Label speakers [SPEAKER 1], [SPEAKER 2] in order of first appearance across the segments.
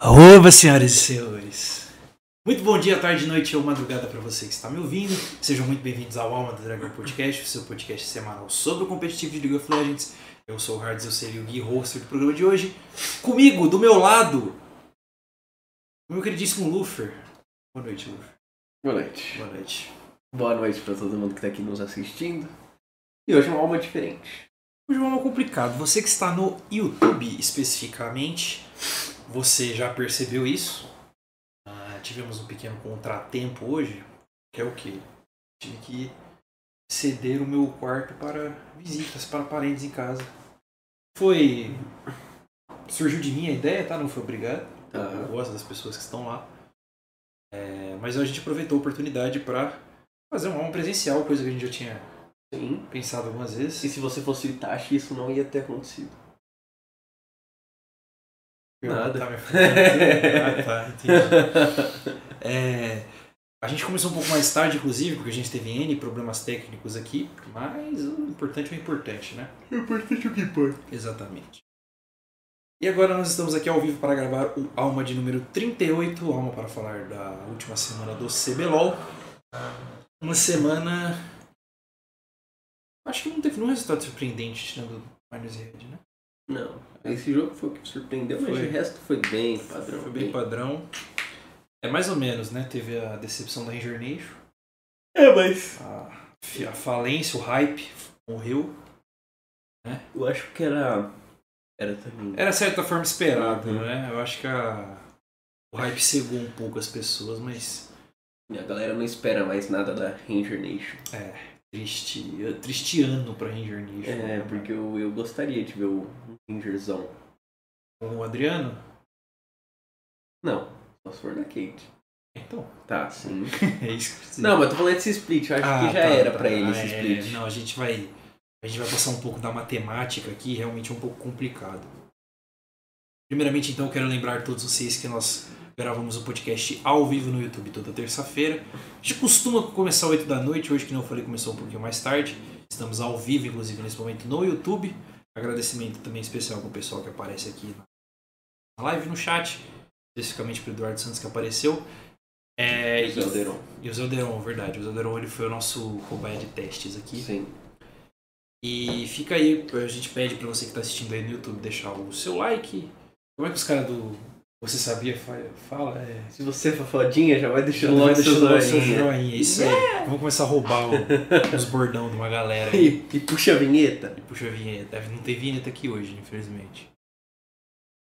[SPEAKER 1] Arroba, senhoras e senhores. Muito bom dia, tarde, noite ou madrugada para você que está me ouvindo. Sejam muito bem-vindos ao Alma do Dragão Podcast, o seu podcast semanal sobre o competitivo de League of Legends. Eu sou o Hards, eu serei o Gui Hoster do programa de hoje. Comigo, do meu lado, o meu queridíssimo Lufer. Boa noite, Lufer.
[SPEAKER 2] Boa noite.
[SPEAKER 1] Boa noite.
[SPEAKER 2] Boa noite pra todo mundo que tá aqui nos assistindo. E hoje é uma alma diferente.
[SPEAKER 1] Hoje é um alma complicado. Você que está no YouTube especificamente, você já percebeu isso? Ah, tivemos um pequeno contratempo hoje, que é o quê? Tive que ceder o meu quarto para visitas, para parentes em casa. Foi. Surgiu de mim a ideia, tá? Não foi obrigado. Eu
[SPEAKER 2] Tá.
[SPEAKER 1] gosto das pessoas que estão lá. É, mas a gente aproveitou a oportunidade para fazer um alma presencial, coisa que a gente já tinha
[SPEAKER 2] Sim.
[SPEAKER 1] pensado algumas vezes.
[SPEAKER 2] E se você fosse o Itachi, isso não ia ter acontecido.
[SPEAKER 1] Eu
[SPEAKER 2] Nada.
[SPEAKER 1] tá me afundando. ah, tá, entendi. É, a gente começou um pouco mais tarde, inclusive, porque a gente teve N problemas técnicos aqui, mas o importante é o importante, né?
[SPEAKER 2] O importante é o que importa.
[SPEAKER 1] Exatamente. E agora nós estamos aqui ao vivo para gravar o Alma de número 38, o Alma para falar da última semana do CBLOL. Uma semana. Acho que não teve nenhum resultado surpreendente, tirando Miners e Red, né?
[SPEAKER 2] Não. Esse jogo foi o que me surpreendeu, mas
[SPEAKER 1] Foi.
[SPEAKER 2] o resto foi bem padrão.
[SPEAKER 1] Foi bem padrão. É mais ou menos, né? Teve a decepção da Ranger Nation. É, mas. A, fi- a falência, o hype, morreu.
[SPEAKER 2] Eu acho que era. Era também.
[SPEAKER 1] Era de certa forma esperado,
[SPEAKER 2] Uhum.
[SPEAKER 1] né? Eu acho que a- o hype cegou um pouco as pessoas, mas.
[SPEAKER 2] A galera não espera mais nada da Ranger Nation.
[SPEAKER 1] Triste, triste ano pra Ranger Nation.
[SPEAKER 2] É,
[SPEAKER 1] né?
[SPEAKER 2] porque eu, eu gostaria de ver o Rangerzão.
[SPEAKER 1] O Adriano?
[SPEAKER 2] Não, só se for da Kate.
[SPEAKER 1] Então.
[SPEAKER 2] Tá, sim.
[SPEAKER 1] É isso que eu preciso.
[SPEAKER 2] Não, mas eu tô falando desse split, eu acho
[SPEAKER 1] Ah,
[SPEAKER 2] que já
[SPEAKER 1] tá,
[SPEAKER 2] era
[SPEAKER 1] tá.
[SPEAKER 2] pra ele esse
[SPEAKER 1] Ah, é,
[SPEAKER 2] split.
[SPEAKER 1] Não, a gente vai. A gente vai passar um pouco da matemática aqui, realmente é um pouco complicado. Primeiramente, então, eu quero lembrar a todos vocês que nós gravamos o podcast ao vivo no YouTube toda terça-feira. A gente costuma começar às 8 da noite, hoje que não falei, começou um pouquinho mais tarde. Estamos ao vivo, inclusive, nesse momento no YouTube. Agradecimento também especial pro pessoal que aparece aqui na live, no chat, especificamente pro Eduardo Santos que apareceu. É,
[SPEAKER 2] Esse é o Deron.
[SPEAKER 1] e o Zelderon, verdade. O Zelderon ele foi o nosso cobaia de testes aqui.
[SPEAKER 2] Sim.
[SPEAKER 1] E fica aí, a gente pede pra você que tá assistindo aí no YouTube deixar o seu like. Como é que os caras do Você Sabia fa- fala? É...
[SPEAKER 2] Se você for fodinha, já vai deixando
[SPEAKER 1] Vai
[SPEAKER 2] logo seus
[SPEAKER 1] deixando o seu
[SPEAKER 2] olhinhos.
[SPEAKER 1] joinha. Isso aí. Vamos começar a roubar o- os bordão de uma galera aí.
[SPEAKER 2] E, e puxa a vinheta.
[SPEAKER 1] Puxa a vinheta. Não tem vinheta aqui hoje, infelizmente.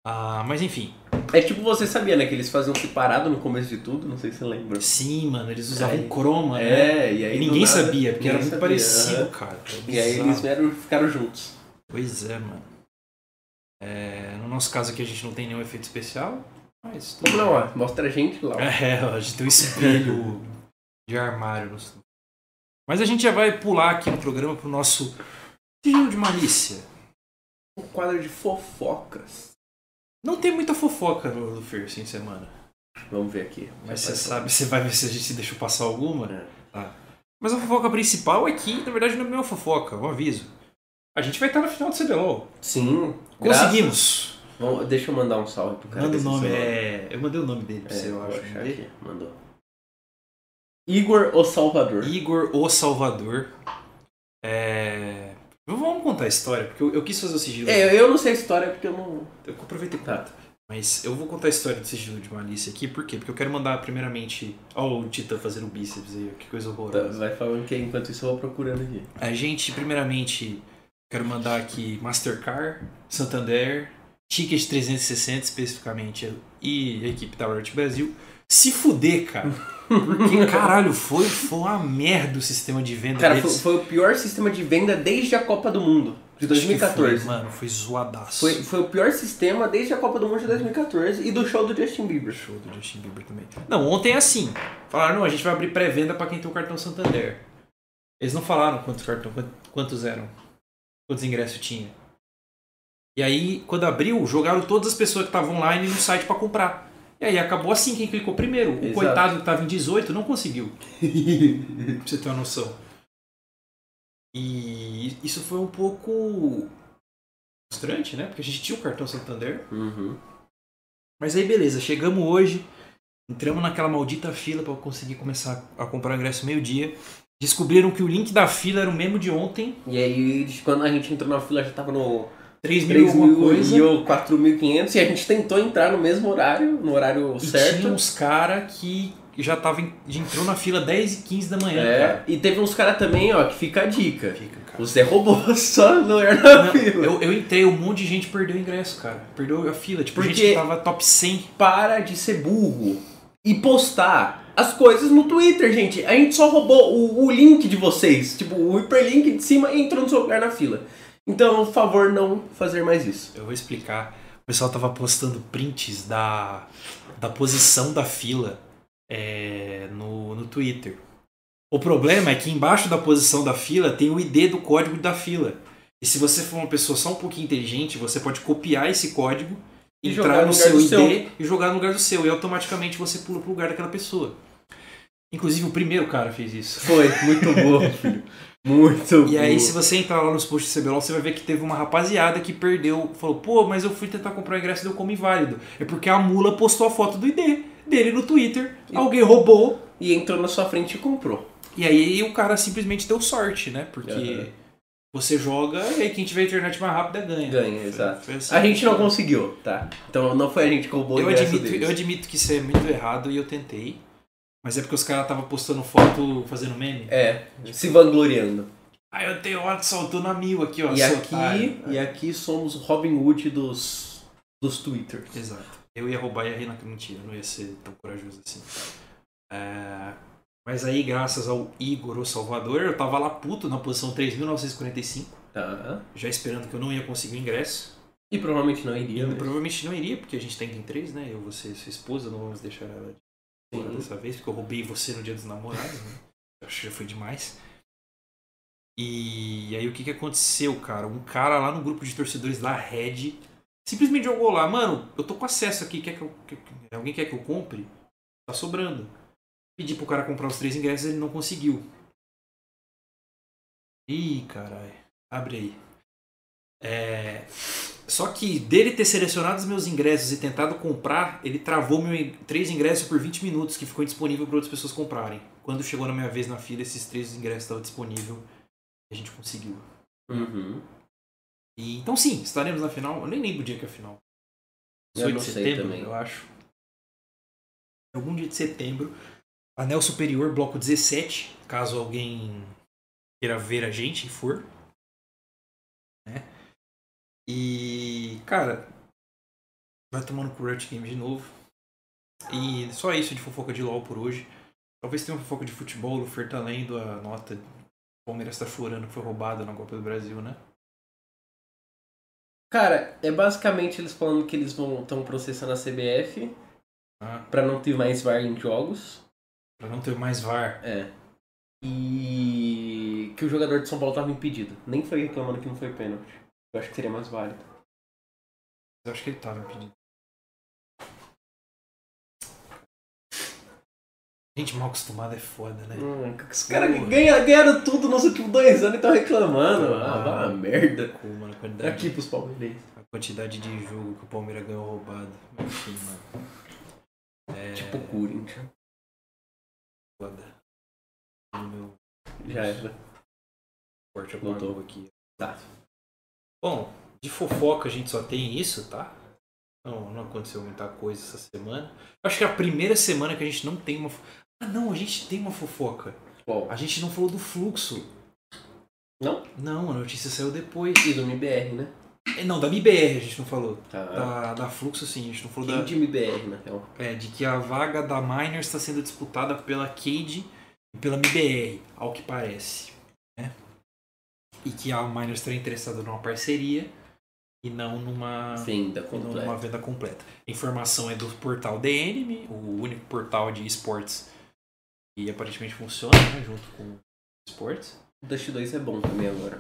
[SPEAKER 1] Ah, mas enfim.
[SPEAKER 2] É tipo, você sabia, né? Que eles faziam separado no começo de tudo, não sei se você lembra.
[SPEAKER 1] Sim, mano, eles usavam
[SPEAKER 2] Aí-
[SPEAKER 1] croma, né?
[SPEAKER 2] É, e aí.
[SPEAKER 1] E
[SPEAKER 2] do
[SPEAKER 1] ninguém
[SPEAKER 2] nada-
[SPEAKER 1] sabia, porque era muito
[SPEAKER 2] ninguém sabia,
[SPEAKER 1] parecido,
[SPEAKER 2] aham.
[SPEAKER 1] cara. É
[SPEAKER 2] E aí
[SPEAKER 1] bizarro.
[SPEAKER 2] eles vieram, ficaram juntos.
[SPEAKER 1] Pois é, mano. É, no nosso caso aqui a gente não tem nenhum efeito especial, mas tudo
[SPEAKER 2] Como não, ó, mostra a gente lá. ó.
[SPEAKER 1] É, ó, a gente tem um espelho de armário. no- Mas a gente já vai pular aqui no programa pro nosso sigilo de malícia.
[SPEAKER 2] Um quadro de fofocas.
[SPEAKER 1] Não tem muita fofoca no no First em semana.
[SPEAKER 2] Vamos ver aqui.
[SPEAKER 1] Mas você
[SPEAKER 2] Já vai-
[SPEAKER 1] sabe, você vai assim. ver se a gente deixou passar alguma.
[SPEAKER 2] É.
[SPEAKER 1] Tá. Mas a fofoca principal é que, na verdade, não é uma fofoca, um aviso. A gente vai estar na final do CBLOL.
[SPEAKER 2] Sim. graças-
[SPEAKER 1] Conseguimos!
[SPEAKER 2] Vamos- deixa eu mandar um salve pro cara.
[SPEAKER 1] Manda o
[SPEAKER 2] desse
[SPEAKER 1] nome.
[SPEAKER 2] celular.
[SPEAKER 1] É, eu mandei o nome dele pra
[SPEAKER 2] É,
[SPEAKER 1] você, eu
[SPEAKER 2] vou
[SPEAKER 1] acho.
[SPEAKER 2] achar
[SPEAKER 1] Mandei.
[SPEAKER 2] aqui. Mandou. Igor o Salvador.
[SPEAKER 1] Igor o Salvador. É... Vamos contar a história, porque eu, eu quis fazer o sigilo.
[SPEAKER 2] É, eu não sei a história porque eu não.
[SPEAKER 1] Eu aproveitei
[SPEAKER 2] Tá.
[SPEAKER 1] conta. Mas eu vou contar a história do sigilo de malícia aqui, por quê? Porque eu quero mandar primeiramente. Ó, o Tita fazer o bíceps aí, que coisa
[SPEAKER 2] Tá,
[SPEAKER 1] horrorosa.
[SPEAKER 2] Vai falando que enquanto isso eu vou procurando aqui.
[SPEAKER 1] A gente, primeiramente, quero mandar aqui Mastercard, Santander, Ticket 360 especificamente e a equipe da Riot Brasil. Se fuder, cara. Porque caralho, foi, foi uma merda o sistema de venda
[SPEAKER 2] Cara, foi,
[SPEAKER 1] deles.
[SPEAKER 2] foi o pior sistema de venda desde a Copa do Mundo de
[SPEAKER 1] Acho que
[SPEAKER 2] 2014.
[SPEAKER 1] Foi, mano, foi zoadaço.
[SPEAKER 2] Foi, foi o pior sistema desde a Copa do Mundo de 2014 e do show do Justin Bieber.
[SPEAKER 1] Show do Justin Bieber também. Não, ontem é assim. Falaram, não, a gente vai abrir pré-venda pra quem tem o cartão Santander. Eles não falaram quantos cartão, quant- quantos eram, quantos ingressos tinha. E aí, quando abriu, jogaram todas as pessoas que estavam online no site pra comprar. E aí acabou assim, quem clicou primeiro. O
[SPEAKER 2] Exato.
[SPEAKER 1] coitado que tava em 18 não conseguiu, pra você ter uma noção. E isso foi um pouco frustrante, né? Porque a gente tinha o cartão Santander.
[SPEAKER 2] uhum.
[SPEAKER 1] Mas aí beleza, chegamos hoje, entramos naquela maldita fila para conseguir começar a comprar o ingresso meio-dia. Descobriram que o link da fila era o mesmo de ontem,
[SPEAKER 2] E aí, de quando a gente entrou na fila, já tava no
[SPEAKER 1] 3 mil e
[SPEAKER 2] 3
[SPEAKER 1] alguma
[SPEAKER 2] mil
[SPEAKER 1] coisa.
[SPEAKER 2] e um, eu 4.500. E a gente tentou entrar no mesmo horário, no horário
[SPEAKER 1] E
[SPEAKER 2] certo.
[SPEAKER 1] tinha um uns caras que já tava em- já entrou na fila 10 e 15 da manhã,
[SPEAKER 2] É,
[SPEAKER 1] cara.
[SPEAKER 2] e teve uns caras também, ó, que fica a dica.
[SPEAKER 1] Fica, cara.
[SPEAKER 2] Você roubou só no horário da
[SPEAKER 1] Não,
[SPEAKER 2] fila.
[SPEAKER 1] eu, eu entrei, um monte de gente perdeu o ingresso, cara. Perdeu a fila. Tipo,
[SPEAKER 2] Porque-
[SPEAKER 1] gente que tava top 100.
[SPEAKER 2] Para de ser burro e postar as coisas no Twitter, gente. A gente só roubou o, o link de vocês, tipo, o hiperlink de cima e entrou no seu lugar na fila. Então, por favor, não fazer mais isso.
[SPEAKER 1] Eu vou explicar. O pessoal tava postando prints da, da posição da fila é, no, no Twitter. O problema é que embaixo da posição da fila tem o ID do código da fila. E se você for uma pessoa só um pouquinho inteligente, você pode copiar esse código,
[SPEAKER 2] E jogar
[SPEAKER 1] entrar
[SPEAKER 2] no
[SPEAKER 1] no
[SPEAKER 2] lugar
[SPEAKER 1] seu
[SPEAKER 2] do
[SPEAKER 1] ID
[SPEAKER 2] seu.
[SPEAKER 1] e jogar no lugar do seu. E automaticamente você pula pro lugar daquela pessoa. Inclusive o primeiro cara fez isso.
[SPEAKER 2] Foi, muito bom, filho. Muito bom.
[SPEAKER 1] E aí, se você entrar lá nos posts do CBLOL, você vai ver que teve uma rapaziada que perdeu, falou, pô, mas eu fui tentar comprar o ingresso e deu como inválido. É porque a mula postou a foto do ID dele no Twitter, alguém roubou,
[SPEAKER 2] E entrou na sua frente e comprou.
[SPEAKER 1] e aí o cara simplesmente deu sorte, né? Porque
[SPEAKER 2] Aham.
[SPEAKER 1] você joga e aí quem tiver internet mais rápida ganha.
[SPEAKER 2] Ganha,
[SPEAKER 1] Foi-
[SPEAKER 2] exato.
[SPEAKER 1] foi assim.
[SPEAKER 2] A gente não conseguiu, tá? Então não foi a gente que roubou
[SPEAKER 1] Eu
[SPEAKER 2] o ingresso
[SPEAKER 1] admito, eu
[SPEAKER 2] deles.
[SPEAKER 1] admito que isso é muito errado e eu tentei. Mas é porque os caras estavam postando foto fazendo meme.
[SPEAKER 2] É, se vangloriando.
[SPEAKER 1] Ah, eu tenho hora que saltou na mil aqui, ó.
[SPEAKER 2] E
[SPEAKER 1] seu
[SPEAKER 2] aqui,
[SPEAKER 1] otário. né?
[SPEAKER 2] e aqui somos o Robin Hood dos, dos Twitter.
[SPEAKER 1] Exato. Eu ia roubar e ia rir na mentira, não ia ser tão corajoso assim. É, Mas aí, graças ao Igor, o Salvador, eu tava lá puto na posição 3945,
[SPEAKER 2] Tá.
[SPEAKER 1] já esperando que eu não ia conseguir o ingresso.
[SPEAKER 2] E provavelmente não
[SPEAKER 1] E
[SPEAKER 2] iria.
[SPEAKER 1] eu
[SPEAKER 2] mesmo.
[SPEAKER 1] provavelmente não iria, porque a gente tem em três, né? Eu, você e sua esposa, não vamos deixar ela de fora
[SPEAKER 2] Sim.
[SPEAKER 1] dessa vez, porque eu roubei você no dia dos namorados, né? Eu acho que já foi demais. E aí o que que aconteceu, cara? Um cara lá no grupo de torcedores da Red simplesmente jogou lá, mano, eu tô com acesso aqui, quer que eu, que- que- alguém quer que eu compre? Tá sobrando. Pedi pro cara comprar os três ingressos, ele não conseguiu. Ih, caralho. Abre aí. É... Só que dele ter selecionado os meus ingressos e tentado comprar, ele travou meu in- três ingressos por 20 minutos, que ficou indisponível para outras pessoas comprarem. Quando chegou na minha vez na fila, esses três ingressos estavam disponíveis e a gente conseguiu.
[SPEAKER 2] Uhum.
[SPEAKER 1] E, então sim, estaremos na final. Eu nem lembro o dia que é a final.
[SPEAKER 2] Eu
[SPEAKER 1] 18
[SPEAKER 2] não
[SPEAKER 1] de
[SPEAKER 2] sei
[SPEAKER 1] setembro,
[SPEAKER 2] também.
[SPEAKER 1] eu acho. Algum dia de setembro, anel superior, bloco 17, caso alguém queira ver a gente e for. Né? E, cara, vai tomando cu Riot Game de novo. E só isso de fofoca de LoL por hoje. Talvez tenha uma fofoca de futebol, o Fer tá lendo a nota. O Palmeiras tá chorando que foi roubado na Copa do Brasil, né?
[SPEAKER 2] Cara, é basicamente eles falando que eles vão estão processando a CBF
[SPEAKER 1] Ah,
[SPEAKER 2] pra não ter mais VAR em jogos.
[SPEAKER 1] Pra não ter mais VAR.
[SPEAKER 2] É. E que o jogador de São Paulo tava impedido. Nem foi reclamando que não foi pênalti. Eu acho que seria mais válido.
[SPEAKER 1] Eu acho que ele tá tava impedido. Gente mal acostumada é foda, né?
[SPEAKER 2] Hum, os caras que ganha- ganharam tudo nos últimos dois anos e estão reclamando.
[SPEAKER 1] Ah. É.
[SPEAKER 2] Ah, vá a merda.
[SPEAKER 1] Pô, mano, a quantidade,
[SPEAKER 2] Aqui pros palmeirenses.
[SPEAKER 1] a quantidade de jogo que o Palmeiras ganhou roubado. Enfim, mano. É
[SPEAKER 2] Tipo Corinthians.
[SPEAKER 1] foda. O meu
[SPEAKER 2] Já era.
[SPEAKER 1] corte
[SPEAKER 2] Voltou.
[SPEAKER 1] apagou aqui.
[SPEAKER 2] Tá.
[SPEAKER 1] Bom, de fofoca a gente só tem isso, tá? Não, não aconteceu muita coisa essa semana. Acho que é a primeira semana que a gente não tem uma. fo- Ah, não, a gente tem uma fofoca.
[SPEAKER 2] Bom,
[SPEAKER 1] A gente não falou do fluxo.
[SPEAKER 2] Não?
[SPEAKER 1] Não, a notícia saiu depois.
[SPEAKER 2] e do MBR, né?
[SPEAKER 1] É, Não, da MBR a gente não falou.
[SPEAKER 2] Tá.
[SPEAKER 1] Da, da Fluxo, sim, a gente não falou
[SPEAKER 2] Quem
[SPEAKER 1] da,
[SPEAKER 2] de MBR, na real?
[SPEAKER 1] é, de que a vaga da Miners está sendo disputada pela Cade e pela MBR, ao que parece. né? E que a Miners está interessada numa parceria e não numa,
[SPEAKER 2] Venda
[SPEAKER 1] e não numa
[SPEAKER 2] completa.
[SPEAKER 1] venda completa. A informação é do portal The Enemy, o único portal de esportes que aparentemente funciona, né, junto com o esportes.
[SPEAKER 2] O Dust 2 é bom também agora.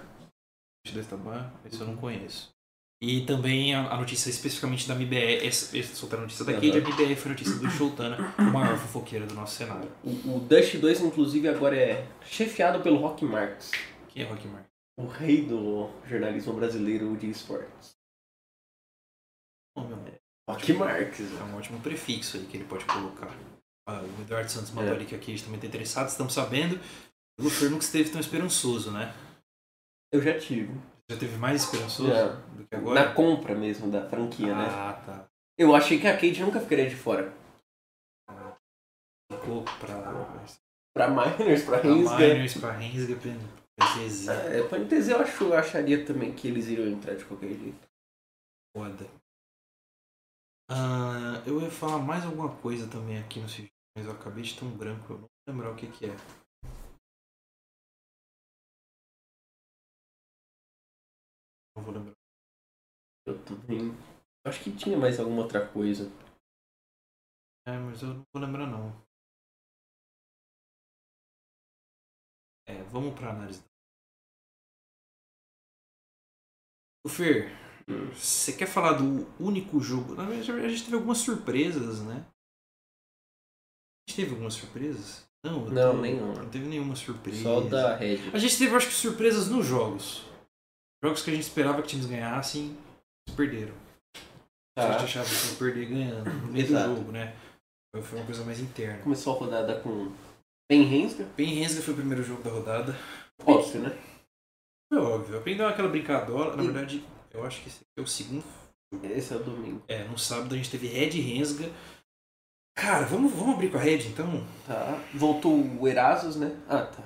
[SPEAKER 1] 22 Taban, esse
[SPEAKER 2] Uhum.
[SPEAKER 1] eu não conheço. E também a, a notícia especificamente da MBE, essa, essa outra notícia da
[SPEAKER 2] é.
[SPEAKER 1] Cade, a MBE foi notícia do Shultana, o maior fofoqueira do nosso cenário.
[SPEAKER 2] O, o Dust 2, inclusive, agora é chefiado pelo Rock Marx,
[SPEAKER 1] Quem é Rockmar?
[SPEAKER 2] o rei do jornalismo brasileiro de esportes.
[SPEAKER 1] Oh, meu,
[SPEAKER 2] Rock Marques.
[SPEAKER 1] É um ótimo prefixo aí que ele pode colocar. Ah, o Eduardo Santos mandou
[SPEAKER 2] É.
[SPEAKER 1] ali que aqui eles também estão interessados, estamos sabendo. O Luffy nunca esteve tão esperançoso, né?
[SPEAKER 2] Eu já tive.
[SPEAKER 1] Já teve mais esperançoso
[SPEAKER 2] Já.
[SPEAKER 1] do que agora?
[SPEAKER 2] É. Na compra mesmo da franquia, né?
[SPEAKER 1] ah, tá.
[SPEAKER 2] Eu achei que a Kate nunca ficaria de fora.
[SPEAKER 1] Ficou pra,
[SPEAKER 2] Pra Miners, pra
[SPEAKER 1] pra
[SPEAKER 2] Rinsga.
[SPEAKER 1] Miners, pra Rensga, pra ZZ.
[SPEAKER 2] É, pra NTZ eu, acho, eu acharia também que eles iriam entrar de qualquer jeito.
[SPEAKER 1] Foda. Ah, eu ia falar mais alguma coisa também aqui no sigilo, mas eu acabei de ter um branco, eu não vou lembrar o que que é. Não vou lembrar.
[SPEAKER 2] Eu também. Acho que tinha mais alguma outra coisa.
[SPEAKER 1] É, mas eu não vou lembrar não. É, vamos pra análise. O Fer,
[SPEAKER 2] Hum.
[SPEAKER 1] você quer falar do único jogo? Na verdade, a gente teve algumas surpresas, né? A gente teve algumas surpresas? Não, eu
[SPEAKER 2] Não,
[SPEAKER 1] tô-
[SPEAKER 2] nenhuma.
[SPEAKER 1] Não teve nenhuma surpresa.
[SPEAKER 2] Só da Red.
[SPEAKER 1] A gente teve, acho que, surpresas nos jogos. Jogos que a gente esperava que times ganhassem, eles perderam. A gente
[SPEAKER 2] Tá.
[SPEAKER 1] achava que ia perder ganhando no meio do
[SPEAKER 2] Exato.
[SPEAKER 1] jogo, né? Foi- Foi uma coisa mais interna.
[SPEAKER 2] Começou a rodada com Ben Rinsga.
[SPEAKER 1] Bem Rensga foi o primeiro jogo da rodada.
[SPEAKER 2] Óbvio, né?
[SPEAKER 1] Foi óbvio. Aprendeu aquela brincadola. Na
[SPEAKER 2] E-
[SPEAKER 1] verdade, eu acho que esse aqui é o segundo.
[SPEAKER 2] Esse é o domingo.
[SPEAKER 1] É, no sábado a gente teve Red Rensga. Cara, vamos, vamos abrir com a Red então?
[SPEAKER 2] Tá. Voltou o Erasus, né? Ah, tá.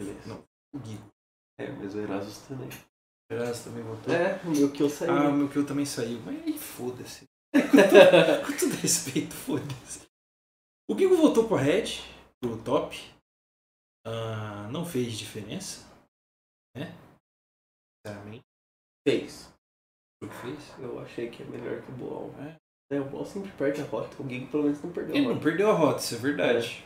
[SPEAKER 2] Beleza.
[SPEAKER 1] Não. O Gui.
[SPEAKER 2] É, mas o Erasus também.
[SPEAKER 1] Graças também voltou.
[SPEAKER 2] É, o meu que eu saí.
[SPEAKER 1] Ah, o meu kill também saiu. Mas aí foda-se. Com todo- com todo respeito, foda-se. O Gigo voltou pro Red, pro top. Ah, não fez diferença. Né? Sinceramente,
[SPEAKER 2] Fez.
[SPEAKER 1] o que fez.
[SPEAKER 2] Eu achei que é melhor que o Boal.
[SPEAKER 1] É.
[SPEAKER 2] É, o Boal sempre perde a rota. O Gig pelo menos não perdeu
[SPEAKER 1] Ele
[SPEAKER 2] a
[SPEAKER 1] não
[SPEAKER 2] rota.
[SPEAKER 1] perdeu a rota, isso é verdade.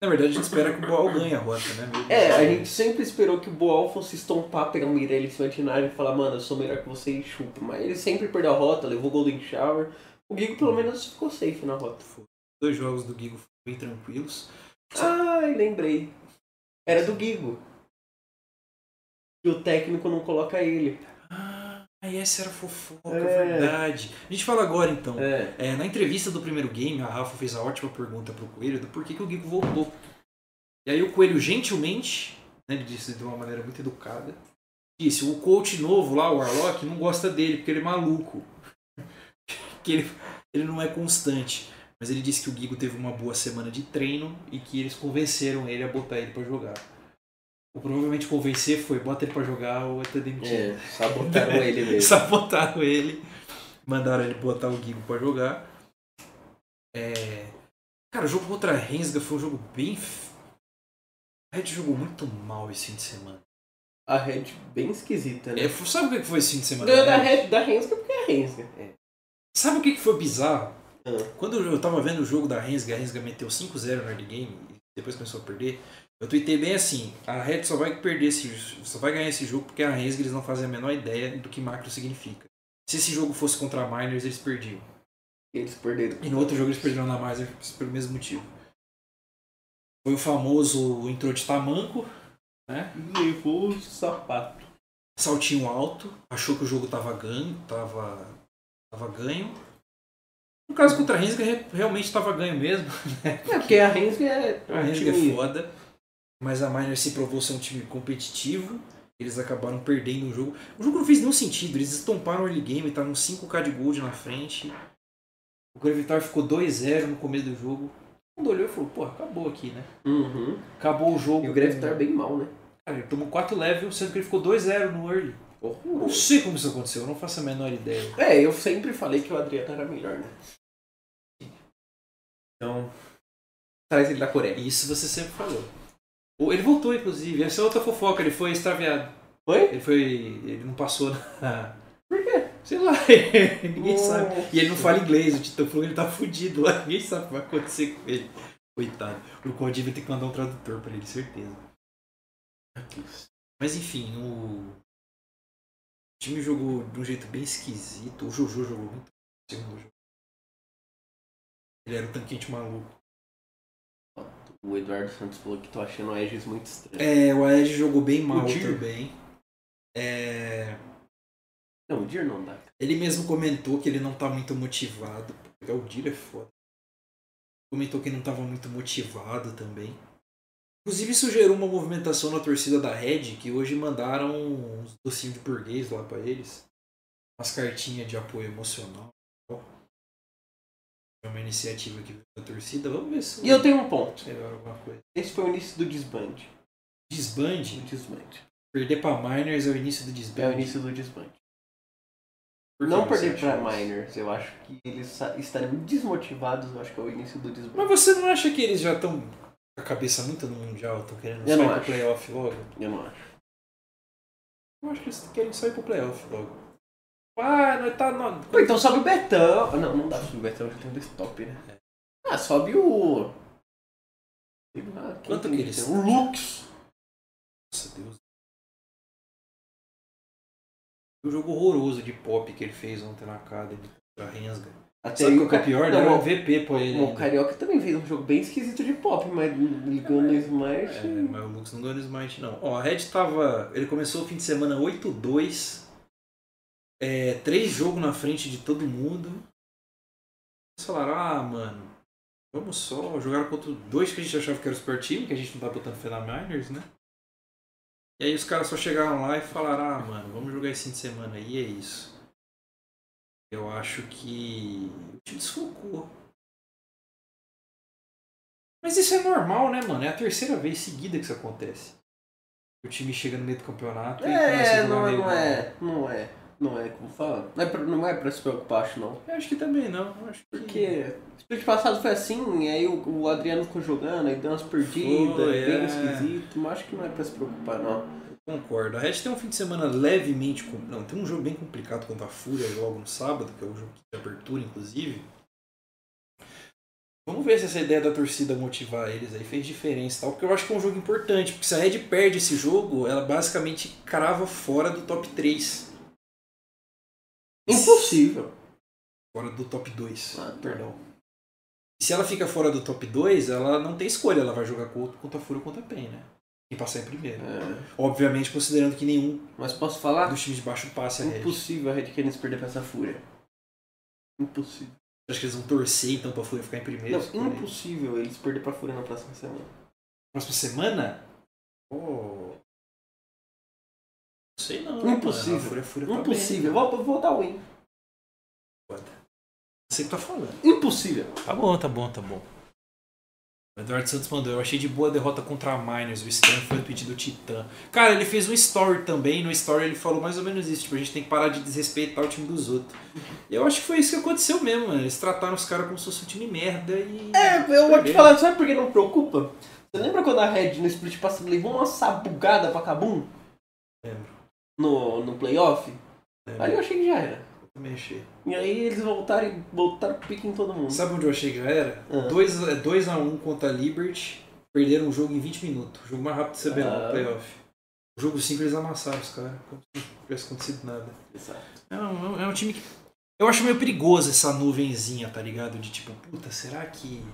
[SPEAKER 1] Na verdade, a gente espera que o Boal ganhe a rota, né? Meu Deus
[SPEAKER 2] É, a
[SPEAKER 1] do céu.
[SPEAKER 2] gente sempre esperou que o Boal fosse estompar, pegar uma Irelia Santinari e falar, mano, eu sou melhor que você e chupa. Mas ele sempre perdeu a rota, levou Golden Shower. O Gig pelo menos ficou safe na rota.
[SPEAKER 1] Dois jogos do Gigo foram bem tranquilos.
[SPEAKER 2] Ai, lembrei. Era do Gigo. E o técnico não coloca ele.
[SPEAKER 1] Ah, essa era fofoca,
[SPEAKER 2] É.
[SPEAKER 1] verdade. A gente fala agora então.
[SPEAKER 2] É.
[SPEAKER 1] É, na entrevista do primeiro game, a Rafa fez a ótima pergunta pro Coelho do porquê que o Gigo voltou. E aí o Coelho gentilmente, né, ele disse de uma maneira muito educada, disse, o coach novo lá, o Arlock, não gosta dele, porque ele é maluco. que ele, ele não é constante. Mas ele disse que o Gigo teve uma boa semana de treino e que eles convenceram ele a botar ele pra jogar. O provavelmente convencer foi, bota ele pra jogar ou é ter demitido.
[SPEAKER 2] É, sabotaram ele mesmo.
[SPEAKER 1] Sabotaram ele. Mandaram ele botar o Gigo pra jogar. É, Cara, o jogo contra a Rensga foi um jogo bem. f- A Red jogou muito mal esse fim de semana.
[SPEAKER 2] A Red bem esquisita, né?
[SPEAKER 1] É, f- sabe o que que foi esse fim de semana?
[SPEAKER 2] Ganhou
[SPEAKER 1] da
[SPEAKER 2] da,
[SPEAKER 1] Red?
[SPEAKER 2] Red, da Renska porque é a Renska.
[SPEAKER 1] Sabe o que que foi bizarro?
[SPEAKER 2] Ah.
[SPEAKER 1] Quando eu tava vendo o jogo da Rensga, a Rensga meteu 5-0 no early game e depois começou a perder. Eu tuitei bem assim: a Red só vai perder esse, só vai ganhar esse jogo porque a Rensga eles não fazem a menor ideia do que macro significa. Se esse jogo fosse contra a Miners, eles perdiam.
[SPEAKER 2] E eles perderam.
[SPEAKER 1] E no outro jogo eles perderam na mais pelo mesmo motivo. Foi o famoso entrou de tamanco,
[SPEAKER 2] Levou o sapato.
[SPEAKER 1] saltinho alto, achou que o jogo tava ganho, tava, tava ganho. No caso contra a Rensga re- realmente tava ganho mesmo.
[SPEAKER 2] É, porque a Renska é
[SPEAKER 1] A
[SPEAKER 2] um
[SPEAKER 1] Rensga
[SPEAKER 2] time...
[SPEAKER 1] é foda. Mas a Miner se provou ser um time competitivo. Eles acabaram perdendo o jogo. O jogo não fez nenhum sentido. Eles estomparam o early game, tá estavam 5k de gold na frente. O Gravitar ficou 2-0 no começo do jogo. Todo mundo olhou e falou, pô, acabou aqui, né?
[SPEAKER 2] Uhum.
[SPEAKER 1] Acabou o jogo.
[SPEAKER 2] E o Gravitar bem mal, né?
[SPEAKER 1] Cara, ele tomou 4 levels, sendo que ele ficou 2-0 no early. Não
[SPEAKER 2] Horroroso.
[SPEAKER 1] sei como isso aconteceu, eu não faço a menor ideia.
[SPEAKER 2] É, eu sempre falei que o Adriano era melhor, né? Então... Traz ele da Coreia.
[SPEAKER 1] Isso você sempre falou. Ou Ele voltou, inclusive. Essa é outra fofoca, ele foi extraviado.
[SPEAKER 2] Foi?
[SPEAKER 1] Ele foi. Ele não passou na.
[SPEAKER 2] Por quê?
[SPEAKER 1] Sei lá, ninguém sabe. E ele não fala inglês, o Titã falou que ele tá fudido lá, ninguém sabe o que vai acontecer com ele. Coitado. O Cody vai ter que mandar um tradutor pra ele, certeza. Mas enfim, o... o time jogou de um jeito bem esquisito. O Jojo jogou muito bem no segundo jogo. Ele era um tanquete maluco.
[SPEAKER 2] O Eduardo Santos falou que tô achando o Aegis muito estranho.
[SPEAKER 1] É, o Aed jogou bem mal
[SPEAKER 2] Tyr.
[SPEAKER 1] também. É...
[SPEAKER 2] Não, o Dir não dá.
[SPEAKER 1] Ele mesmo comentou que ele não tá muito motivado. Pegar o Dir é foda. Comentou que não tava muito motivado também. Inclusive isso gerou uma movimentação na torcida da Red, que hoje mandaram uns docinhos de burguês lá pra eles. Umas cartinhas de apoio emocional. É uma iniciativa que veio da torcida. Vamos ver se
[SPEAKER 2] E eu tenho um ponto.
[SPEAKER 1] melhora alguma coisa.
[SPEAKER 2] Esse foi o início do desbande.
[SPEAKER 1] Desbande?
[SPEAKER 2] Do desbande.
[SPEAKER 1] Perder pra Miners é o início do
[SPEAKER 2] É o
[SPEAKER 1] desbande.
[SPEAKER 2] início do desbande.
[SPEAKER 1] Por que
[SPEAKER 2] não
[SPEAKER 1] você
[SPEAKER 2] perder
[SPEAKER 1] acha
[SPEAKER 2] pra
[SPEAKER 1] isso?
[SPEAKER 2] Miners, eu acho que eles sa- estariam desmotivados, eu acho que é o início do desbande.
[SPEAKER 1] Mas você não acha que eles já estão com a cabeça muito no Mundial, estão querendo
[SPEAKER 2] Eu não
[SPEAKER 1] sair pro
[SPEAKER 2] acho.
[SPEAKER 1] playoff logo?
[SPEAKER 2] Eu não acho.
[SPEAKER 1] Eu acho que eles querem sair pro playoff logo. Ah, nós tá. Não...
[SPEAKER 2] Pô, então sobe o Betão. Não, não dá pra subir o Betão, já tem um desktop, né? Ah, sobe o. sei lá, quem
[SPEAKER 1] Quanto
[SPEAKER 2] tem
[SPEAKER 1] que eles-
[SPEAKER 2] O Lux.
[SPEAKER 1] Nossa Deus. O jogo horroroso de pop que ele fez ontem na Academy da Rensga.
[SPEAKER 2] Até
[SPEAKER 1] Sabe
[SPEAKER 2] aí
[SPEAKER 1] o que é
[SPEAKER 2] um Ca-
[SPEAKER 1] pior?
[SPEAKER 2] Não,
[SPEAKER 1] Deram
[SPEAKER 2] o-
[SPEAKER 1] MVP pra ele.
[SPEAKER 2] o
[SPEAKER 1] ainda.
[SPEAKER 2] Carioca também fez um jogo bem esquisito de pop, mas ligou no Smash.
[SPEAKER 1] É, mas o Lux não ganhou no Smite, não. Ó, a Red tava. Ele começou o fim de semana 8-2. É, três jogos na frente de todo mundo. Eles falaram, ah, mano, vamos só. Jogaram contra dois que a gente achava que era o Super Team, que a gente não tá botando fé na Miners, né? E aí os caras só chegaram lá e falaram, ah, mano, vamos jogar esse fim de semana aí, é isso. Eu acho que. O time desfocou. Mas isso é normal, né, mano? É a terceira vez seguida que isso acontece. O time chega no meio do campeonato e começa a
[SPEAKER 2] É,
[SPEAKER 1] jogar
[SPEAKER 2] não, é-
[SPEAKER 1] meio
[SPEAKER 2] não
[SPEAKER 1] mal.
[SPEAKER 2] é. Não é. Não é como fala. Não é pra, não é pra se preocupar, acho não.
[SPEAKER 1] Eu acho que também não. eu Acho que...
[SPEAKER 2] Porque o split passado foi assim, e aí o, o Adriano ficou jogando, aí deu umas perdidas,
[SPEAKER 1] Foi,
[SPEAKER 2] bem
[SPEAKER 1] é.
[SPEAKER 2] esquisito, mas acho que não é pra se preocupar não.
[SPEAKER 1] Concordo. A Red tem um fim de semana levemente. com- Não, tem um jogo bem complicado contra a Fúria logo no sábado, que é o jogo de abertura, inclusive. Vamos ver se essa ideia da torcida motivar eles aí fez diferença e tal, porque eu acho que é um jogo importante, porque se a Red perde esse jogo, ela basicamente crava fora do top 3.
[SPEAKER 2] Impossível.
[SPEAKER 1] Fora do top 2.
[SPEAKER 2] Ah, tá.
[SPEAKER 1] perdão. E se ela fica fora do top 2, ela não tem escolha, ela vai jogar contra contra a Fúria ou contra a PEN, né? E passar em primeiro.
[SPEAKER 2] É.
[SPEAKER 1] Obviamente, considerando que nenhum
[SPEAKER 2] Mas posso falar?
[SPEAKER 1] dos times de baixo passa a Red.
[SPEAKER 2] Impossível a Red Canids perder pra essa fúria. Impossível.
[SPEAKER 1] Acho que eles vão torcer então pra Fúria ficar em primeiro.
[SPEAKER 2] Não,
[SPEAKER 1] escolher.
[SPEAKER 2] impossível eles perder pra fúria na próxima semana.
[SPEAKER 1] Próxima semana? Oh. Não sei não. né,
[SPEAKER 2] Impossível.
[SPEAKER 1] Mano. A Fúria, a Fúria tá
[SPEAKER 2] Impossível.
[SPEAKER 1] Bem,
[SPEAKER 2] Vou, vou dar win.
[SPEAKER 1] Você que tá falando.
[SPEAKER 2] Impossível.
[SPEAKER 1] Tá bom, tá bom, tá bom. O Eduardo Santos mandou, eu achei de boa a derrota contra a Miners, o Stan foi pedido do Titã. Cara, ele fez um story também, no story ele falou mais ou menos isso, tipo, a gente tem que parar de desrespeitar o time dos outros. Eu acho que foi isso que aconteceu mesmo, mano. Eles trataram os caras como se fosse um time merda e...
[SPEAKER 2] É, eu vou te falar, sabe por que não preocupa? Você lembra quando a Red no split passado levou uma sabugada pra Kabum?
[SPEAKER 1] Lembro.
[SPEAKER 2] No, no playoff?
[SPEAKER 1] é,
[SPEAKER 2] Ali eu achei que já era.
[SPEAKER 1] Também achei.
[SPEAKER 2] E aí eles voltaram e botaram pique em todo mundo.
[SPEAKER 1] Sabe onde eu achei que já era?
[SPEAKER 2] Ah.
[SPEAKER 1] 2x1 contra a Liberty. Perderam o jogo em 20 minutos. O jogo mais rápido do CBLOL,
[SPEAKER 2] Ah.
[SPEAKER 1] playoff. O jogo 5 eles amassaram os caras. Como se não tivesse acontecido nada. É um, é um time que. Eu acho meio perigoso essa nuvenzinha, tá ligado? De tipo, puta, será que.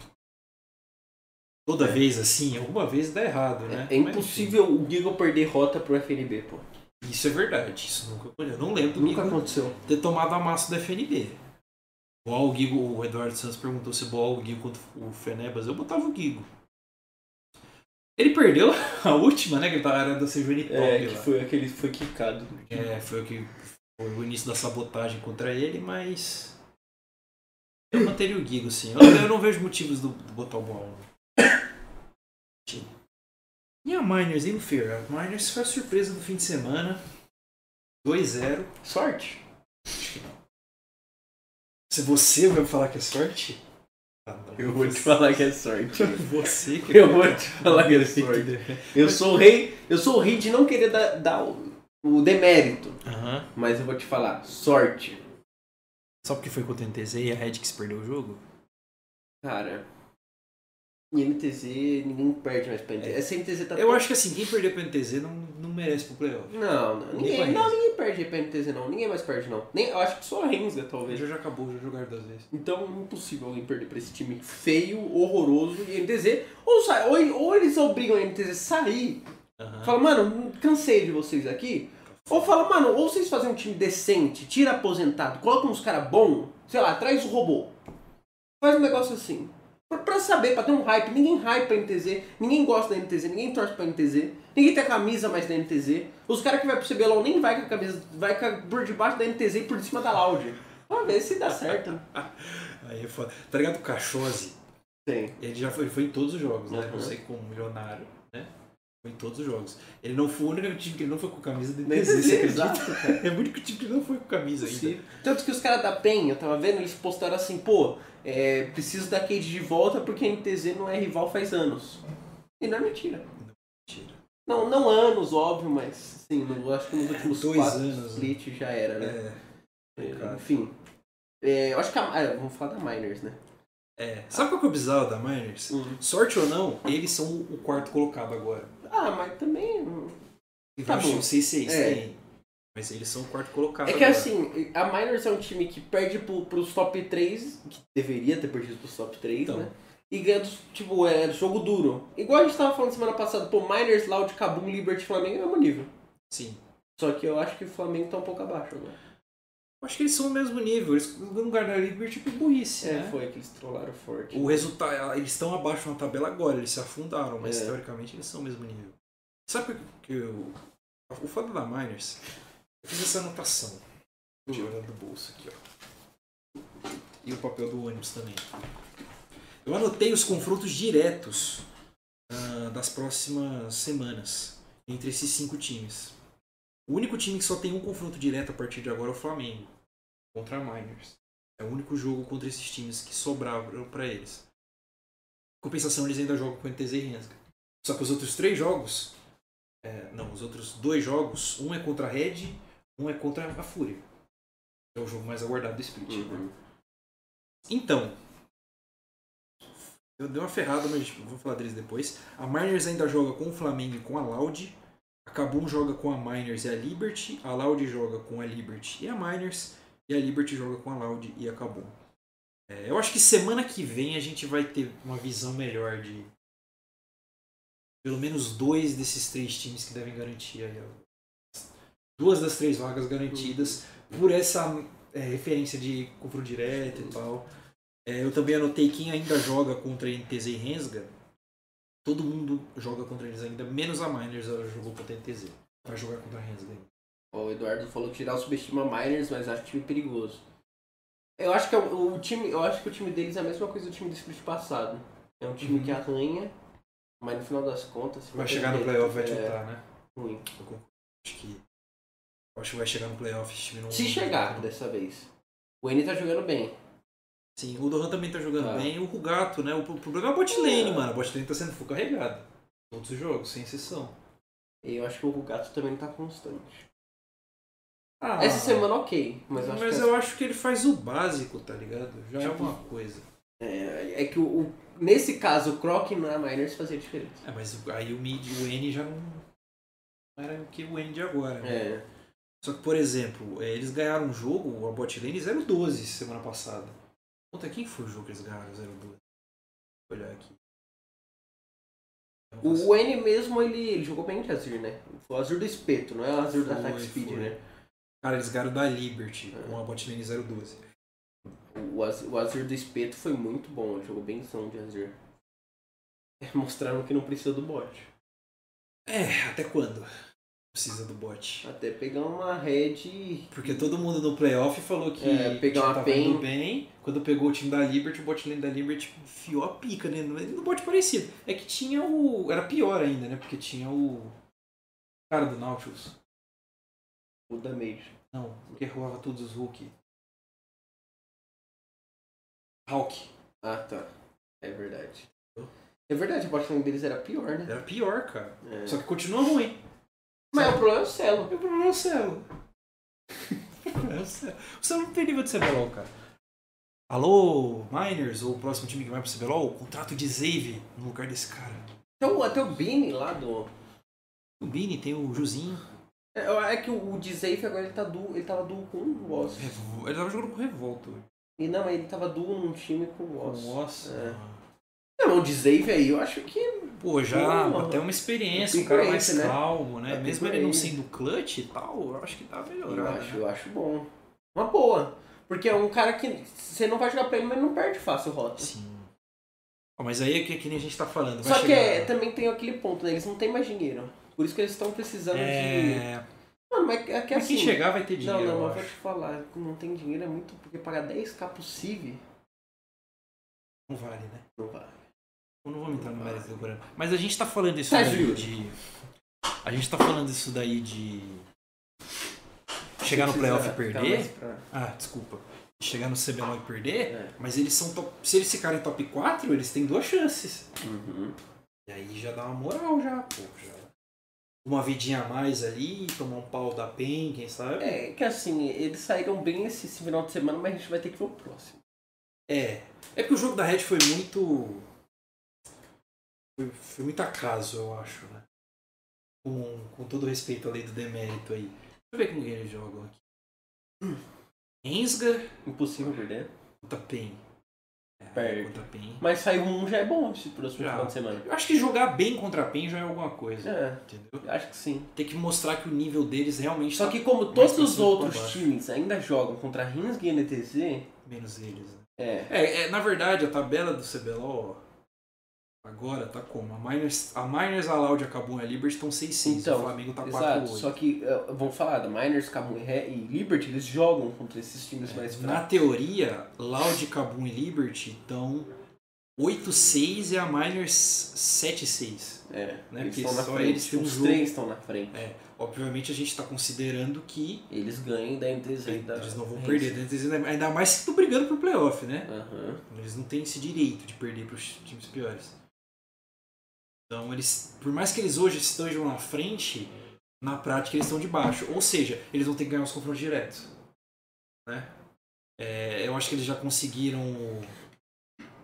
[SPEAKER 1] Toda
[SPEAKER 2] É.
[SPEAKER 1] vez assim, alguma vez dá errado, né?
[SPEAKER 2] É, é
[SPEAKER 1] Mas,
[SPEAKER 2] impossível o Gigo perder rota pro FNB, pô.
[SPEAKER 1] enfim, isso é verdade. Isso nunca aconteceu. Eu não lembro do
[SPEAKER 2] Nunca
[SPEAKER 1] Gigo
[SPEAKER 2] aconteceu.
[SPEAKER 1] ter tomado amasso do FNB. O Al Guigo, o Eduardo Santos perguntou se bola o Guigo contra o Fenebas. Eu botava o Guigo. Ele perdeu a última, né? Que ele tava era da CJN Top
[SPEAKER 2] É, que
[SPEAKER 1] lá.
[SPEAKER 2] foi aquele foi quicado.
[SPEAKER 1] É, foi o que foi o início da sabotagem contra ele, mas. Eu manteria o Guigo, sim. Eu, eu não vejo motivos do, do botar o Boal. E a Miners, hein, Fer? A Miners foi a surpresa do fim de semana. 2-0.
[SPEAKER 2] Sorte.
[SPEAKER 1] Se você vai falar que é sorte? Ah, não.
[SPEAKER 2] Eu vou te falar que é sorte.
[SPEAKER 1] Você que
[SPEAKER 2] Eu vou te falar que é
[SPEAKER 1] Você
[SPEAKER 2] sorte.
[SPEAKER 1] que-
[SPEAKER 2] Eu sou o rei, eu sou o rei de não querer dar, dar o, o demérito.
[SPEAKER 1] Aham.
[SPEAKER 2] Mas eu vou te falar, sorte.
[SPEAKER 1] Só porque foi contra o NTZ e a Red que se perdeu o jogo?
[SPEAKER 2] Cara, IMTZ, ninguém perde mais pra NTZ. Essa NTZ tá
[SPEAKER 1] É. Eu acho que assim, quem perdeu pro NTZ não, não merece pro playoff.
[SPEAKER 2] Não, não.
[SPEAKER 1] Ninguém
[SPEAKER 2] Ninguém,
[SPEAKER 1] perde.
[SPEAKER 2] não, ninguém perde pra NTZ, não. Ninguém mais perde, não. Nem, eu acho que só a Renga,
[SPEAKER 1] O
[SPEAKER 2] talvez.
[SPEAKER 1] jogo já acabou, já jogaram duas vezes.
[SPEAKER 2] Então, impossível alguém perder pra esse time feio, horroroso e MTZ. Ou, sai, ou, ou eles obrigam a MTZ a sair.
[SPEAKER 1] Aham.
[SPEAKER 2] Fala, mano, cansei de vocês aqui. Ou fala, mano, ou vocês fazem um time decente, tira aposentado, coloca uns cara bom, sei lá, traz o robô. Faz um negócio assim. Pra, pra saber, pra ter um hype. Ninguém hype pra NTZ, ninguém gosta da NTZ, ninguém torce pra NTZ, ninguém tem a camisa mais da NTZ. Os caras que vai pro CBLOL nem vai com a camisa, vai com a- por debaixo da NTZ e por cima da Loud. Vamos ver se dá certo.
[SPEAKER 1] Aí é foda. Tá ligado o Cachose?
[SPEAKER 2] Tem.
[SPEAKER 1] Ele já foi, foi em todos os jogos, né?
[SPEAKER 2] Uhum.
[SPEAKER 1] Não sei como, milionário, né? Foi em todos os jogos. Ele não foi o único time que ele não foi com camisa do
[SPEAKER 2] Nem
[SPEAKER 1] NTZ, você acredita?
[SPEAKER 2] exato, cara.
[SPEAKER 1] É o único time que ele não foi com camisa ainda.
[SPEAKER 2] Sim. Tanto que os caras da PEN, eu tava vendo, eles postaram assim, pô, é, preciso da Cade de volta porque a NTZ não é rival faz anos. E não é mentira.
[SPEAKER 1] Mentira.
[SPEAKER 2] Não, não anos, óbvio, mas sim, eu acho que nos últimos
[SPEAKER 1] Dois
[SPEAKER 2] quatro
[SPEAKER 1] anos,
[SPEAKER 2] split já era, né?
[SPEAKER 1] É,
[SPEAKER 2] É,
[SPEAKER 1] cara.
[SPEAKER 2] Enfim. É, eu acho que a. Ah, vamos falar da Miners, né?
[SPEAKER 1] é. Sabe qual que é o bizarro da Miners? Sorte ou não, eles são o quarto colocado agora.
[SPEAKER 2] Ah, mas também. hum,
[SPEAKER 1] Tá
[SPEAKER 2] Tá bom.
[SPEAKER 1] bom. 6 6
[SPEAKER 2] É.
[SPEAKER 1] tem. Mas eles são o quarto colocado
[SPEAKER 2] É que
[SPEAKER 1] agora.
[SPEAKER 2] assim, a Miners é um time que perde pro, pros top 3, que deveria ter perdido pros top 3,
[SPEAKER 1] Então.
[SPEAKER 2] né? E ganha, dos, tipo, é jogo duro. Igual a gente tava falando semana passada, pô, Miners, Loud, Kabum, Liberty, Flamengo é o mesmo nível.
[SPEAKER 1] Sim.
[SPEAKER 2] Só que eu acho que o Flamengo tá um pouco abaixo agora.
[SPEAKER 1] Acho que eles são o mesmo nível. Eles não guardaram Liberty por burrice,
[SPEAKER 2] É,
[SPEAKER 1] né?
[SPEAKER 2] foi que eles trollaram forte.
[SPEAKER 1] O resultado, eles estão abaixo na tabela agora, eles se afundaram, mas
[SPEAKER 2] É.
[SPEAKER 1] teoricamente eles são o mesmo nível. Sabe o que, que eu, o foda da Miners? Eu fiz essa anotação, tirando do bolso aqui, ó. E o papel do ônibus também. Eu anotei os confrontos diretos ah, das próximas semanas entre esses cinco times. O único time que só tem um confronto direto a partir de agora é o Flamengo contra a Miners. É o único jogo contra esses times que sobraram pra eles. Compensação, eles ainda jogam com o NTZ e Renska. Só que os outros três jogos. é, não, os outros dois jogos. Um é contra a Red, um é contra a Fúria. É o jogo mais aguardado do split. né?
[SPEAKER 2] Uhum.
[SPEAKER 1] Então. Eu dei uma ferrada, mas tipo, vou falar deles depois. A Miners ainda joga com o Flamengo e com a Loud. A Kabum joga com a Miners e a Liberty. A Loud joga com a Liberty e a Miners. E a Liberty joga com a Loud e a Kabum. É, eu acho que semana que vem a gente vai ter uma visão melhor de. Pelo menos dois desses três times que devem garantir aí. ó. Duas das três vagas garantidas por essa é, referência de confronto direto e tal. É, eu também anotei quem ainda joga contra NTZ e Rensga. Todo mundo joga contra eles ainda, menos a Miners, ela jogou contra a NTZ. Vai jogar contra a Rensga. ainda.
[SPEAKER 2] Ó, O Eduardo falou que geral subestima Miners, mas acho que time perigoso. Eu acho que é o, o time, eu acho que o time deles é a mesma coisa do time do split passado. É um time
[SPEAKER 1] Uhum.
[SPEAKER 2] que arranha, mas no final das contas se
[SPEAKER 1] Vai chegar no
[SPEAKER 2] perder,
[SPEAKER 1] playoff, vai
[SPEAKER 2] é
[SPEAKER 1] chutar, né?
[SPEAKER 2] ruim.
[SPEAKER 1] Eu concordo. acho que. eu acho que vai chegar no playoff esse time não.
[SPEAKER 2] Se chegar dessa vez. O N tá jogando bem.
[SPEAKER 1] Sim, o Dohan também tá jogando
[SPEAKER 2] Tá.
[SPEAKER 1] bem. O Rugato, né? O pro- problema é a botlane,
[SPEAKER 2] É.
[SPEAKER 1] mano. A botlane tá sendo full carregada. Todos os jogos, sem exceção.
[SPEAKER 2] E eu acho que o Gato também não tá constante.
[SPEAKER 1] Ah,
[SPEAKER 2] Essa semana ok, mas eu acho
[SPEAKER 1] Mas
[SPEAKER 2] que.
[SPEAKER 1] eu acho que ele faz o básico, tá ligado? Já é
[SPEAKER 2] Tipo-
[SPEAKER 1] uma coisa.
[SPEAKER 2] É, é que o, o- nesse caso o Croc na Miners fazia diferença.
[SPEAKER 1] É, mas o- aí o mid, o N já não não era o que o N de agora. né?
[SPEAKER 2] É.
[SPEAKER 1] Só que, por exemplo, é, eles ganharam um jogo, a bot lane 012 semana passada. Conta quem foi o jogo que eles ganharam 012? Vou olhar aqui.
[SPEAKER 2] O o N mesmo ele, ele jogou bem de Azir, né? Foi o Azir do espeto, não é o Azir da
[SPEAKER 1] Foi,
[SPEAKER 2] Attack Speed,
[SPEAKER 1] foi.
[SPEAKER 2] né?
[SPEAKER 1] Cara, eles ganharam da Liberty
[SPEAKER 2] É.
[SPEAKER 1] com a bot lane 012.
[SPEAKER 2] O Azir, o Azir do Espeto foi muito bom, ele jogou benzão de Azir. É, Mostraram que não precisa do bot.
[SPEAKER 1] É, até quando? Precisa do bot.
[SPEAKER 2] Até pegar uma red e-
[SPEAKER 1] Porque todo mundo no playoff falou que
[SPEAKER 2] É, pegar
[SPEAKER 1] o time
[SPEAKER 2] uma
[SPEAKER 1] tava
[SPEAKER 2] PEN.
[SPEAKER 1] indo bem. Quando pegou o time da Liberty, o bot lane da Liberty tipo, enfiou a pica né? no no bot parecido. É que tinha o... Era pior ainda, né? Porque tinha o... Cara do Nautilus.
[SPEAKER 2] o damage.
[SPEAKER 1] Não, porque roubava todos os Hulk. Hulk.
[SPEAKER 2] Ah, tá. É verdade. É verdade, a bot deles era pior, né?
[SPEAKER 1] Era pior, cara.
[SPEAKER 2] É.
[SPEAKER 1] Só que continua ruim.
[SPEAKER 2] Mas o problema é o Celo.
[SPEAKER 1] E o problema é o Celo. O problema é o Celo. O Celo não tem nível de CBLOL, cara. Alô, Miners, ou o próximo time que vai pro CBLOL, contrato de Zave no lugar desse cara.
[SPEAKER 2] Então, até o Bini lá do...
[SPEAKER 1] O Bini tem o Juzinho.
[SPEAKER 2] É, é que o Dzeife agora ele, tá duo, ele tava duo com o Boss.
[SPEAKER 1] Revo- Ele tava jogando com Revolta. hoje.
[SPEAKER 2] E não, mas ele tava duo num time com o
[SPEAKER 1] Com
[SPEAKER 2] Boss.
[SPEAKER 1] o Oss.
[SPEAKER 2] É. Não, o Dzeife aí eu acho que
[SPEAKER 1] Pô, já
[SPEAKER 2] Pô,
[SPEAKER 1] até uma experiência, um
[SPEAKER 2] tem
[SPEAKER 1] cara mais
[SPEAKER 2] coerência, né?
[SPEAKER 1] calmo, né?
[SPEAKER 2] Tem
[SPEAKER 1] Mesmo ele não
[SPEAKER 2] coerência.
[SPEAKER 1] sendo clutch e tal, eu acho que tá melhorando.
[SPEAKER 2] Eu acho,
[SPEAKER 1] né?
[SPEAKER 2] eu acho bom. Uma boa. Porque é um cara que você não vai jogar pra ele, mas não perde fácil o rota.
[SPEAKER 1] Sim. Ó, Mas aí é que, que nem a gente tá falando. vai
[SPEAKER 2] Só que
[SPEAKER 1] chegar-
[SPEAKER 2] é, também tem aquele ponto, né? Eles não têm mais dinheiro. Por isso que eles estão precisando de.
[SPEAKER 1] É,
[SPEAKER 2] Mano, mas é que
[SPEAKER 1] mas
[SPEAKER 2] assim.
[SPEAKER 1] quem chegar vai ter
[SPEAKER 2] não,
[SPEAKER 1] dinheiro.
[SPEAKER 2] não,
[SPEAKER 1] eu
[SPEAKER 2] mas vou te
[SPEAKER 1] acho.
[SPEAKER 2] falar, não tem dinheiro é muito. Porque pagar 10k pro Civ
[SPEAKER 1] Não vale, né?
[SPEAKER 2] não vai.
[SPEAKER 1] Eu não vou entrar no mérito do Corinthians. Mas a gente tá falando isso
[SPEAKER 2] Tá
[SPEAKER 1] daí
[SPEAKER 2] justo.
[SPEAKER 1] de. A gente tá falando isso daí de. Chegar no
[SPEAKER 2] Precisa
[SPEAKER 1] playoff e
[SPEAKER 2] ficar
[SPEAKER 1] perder.
[SPEAKER 2] mais pra-
[SPEAKER 1] Ah, desculpa. Chegar no CBLOL e perder.
[SPEAKER 2] É.
[SPEAKER 1] Mas eles são top. Se eles ficarem top 4, eles têm duas chances.
[SPEAKER 2] Uhum.
[SPEAKER 1] E aí já dá uma moral já, pô. Já. Uma vidinha a mais ali, tomar um pau da PEN, quem sabe.
[SPEAKER 2] É que assim, eles saíram bem esse, esse final de semana, mas a gente vai ter que ver o próximo.
[SPEAKER 1] É. É porque o jogo da Red foi muito. Foi, foi muito acaso, eu acho, né? Com, com todo respeito à lei do demérito aí. Deixa eu ver com quem eles jogam aqui. Ensga
[SPEAKER 2] Impossível perder.
[SPEAKER 1] contra Pen. É,
[SPEAKER 2] Perde.
[SPEAKER 1] Contra Pen.
[SPEAKER 2] Mas saiu um já é bom esse próximo
[SPEAKER 1] Já.
[SPEAKER 2] final de semana.
[SPEAKER 1] Eu acho que jogar bem contra Pen já é alguma coisa.
[SPEAKER 2] É,
[SPEAKER 1] Entendeu?
[SPEAKER 2] acho que sim.
[SPEAKER 1] Tem que mostrar que o nível deles realmente
[SPEAKER 2] Só
[SPEAKER 1] tá
[SPEAKER 2] que como
[SPEAKER 1] Mas
[SPEAKER 2] todos os
[SPEAKER 1] precisa
[SPEAKER 2] outros
[SPEAKER 1] pra baixo.
[SPEAKER 2] times ainda jogam contra Rins e NTZ,
[SPEAKER 1] menos eles. né?
[SPEAKER 2] é.
[SPEAKER 1] É, é, na verdade, a tabela do CBLOL ó, agora tá como? A Miners, a, Miners, a Loud e a Kabum e a Liberty estão 6-6.
[SPEAKER 2] Então,
[SPEAKER 1] o Flamengo tá 4-8.
[SPEAKER 2] Exato, só que eh, vamos falar da Miners, Kabum Ré e Liberty, eles jogam contra esses times mais fracos.
[SPEAKER 1] É, Na teoria, Loud, Kabum e Liberty estão 8-6 e a Miners 7-6.
[SPEAKER 2] É,
[SPEAKER 1] Né,
[SPEAKER 2] eles
[SPEAKER 1] porque
[SPEAKER 2] estão na
[SPEAKER 1] só
[SPEAKER 2] frente,
[SPEAKER 1] eles têm um
[SPEAKER 2] os
[SPEAKER 1] jogo. É.
[SPEAKER 2] três estão na frente.
[SPEAKER 1] Obviamente a gente tá considerando que
[SPEAKER 2] Eles ganham da NTZ. da
[SPEAKER 1] eles não vão
[SPEAKER 2] Rins.
[SPEAKER 1] perder. né? Eles ainda- Ainda mais que estão brigando pro playoff, né?
[SPEAKER 2] Aham.
[SPEAKER 1] Eles não têm esse direito de perder para os times piores. Então, eles, por mais que eles hoje estejam na frente, na prática eles estão de baixo. Ou seja, eles vão ter que ganhar os confrontos diretos. Né? É, eu acho que eles já conseguiram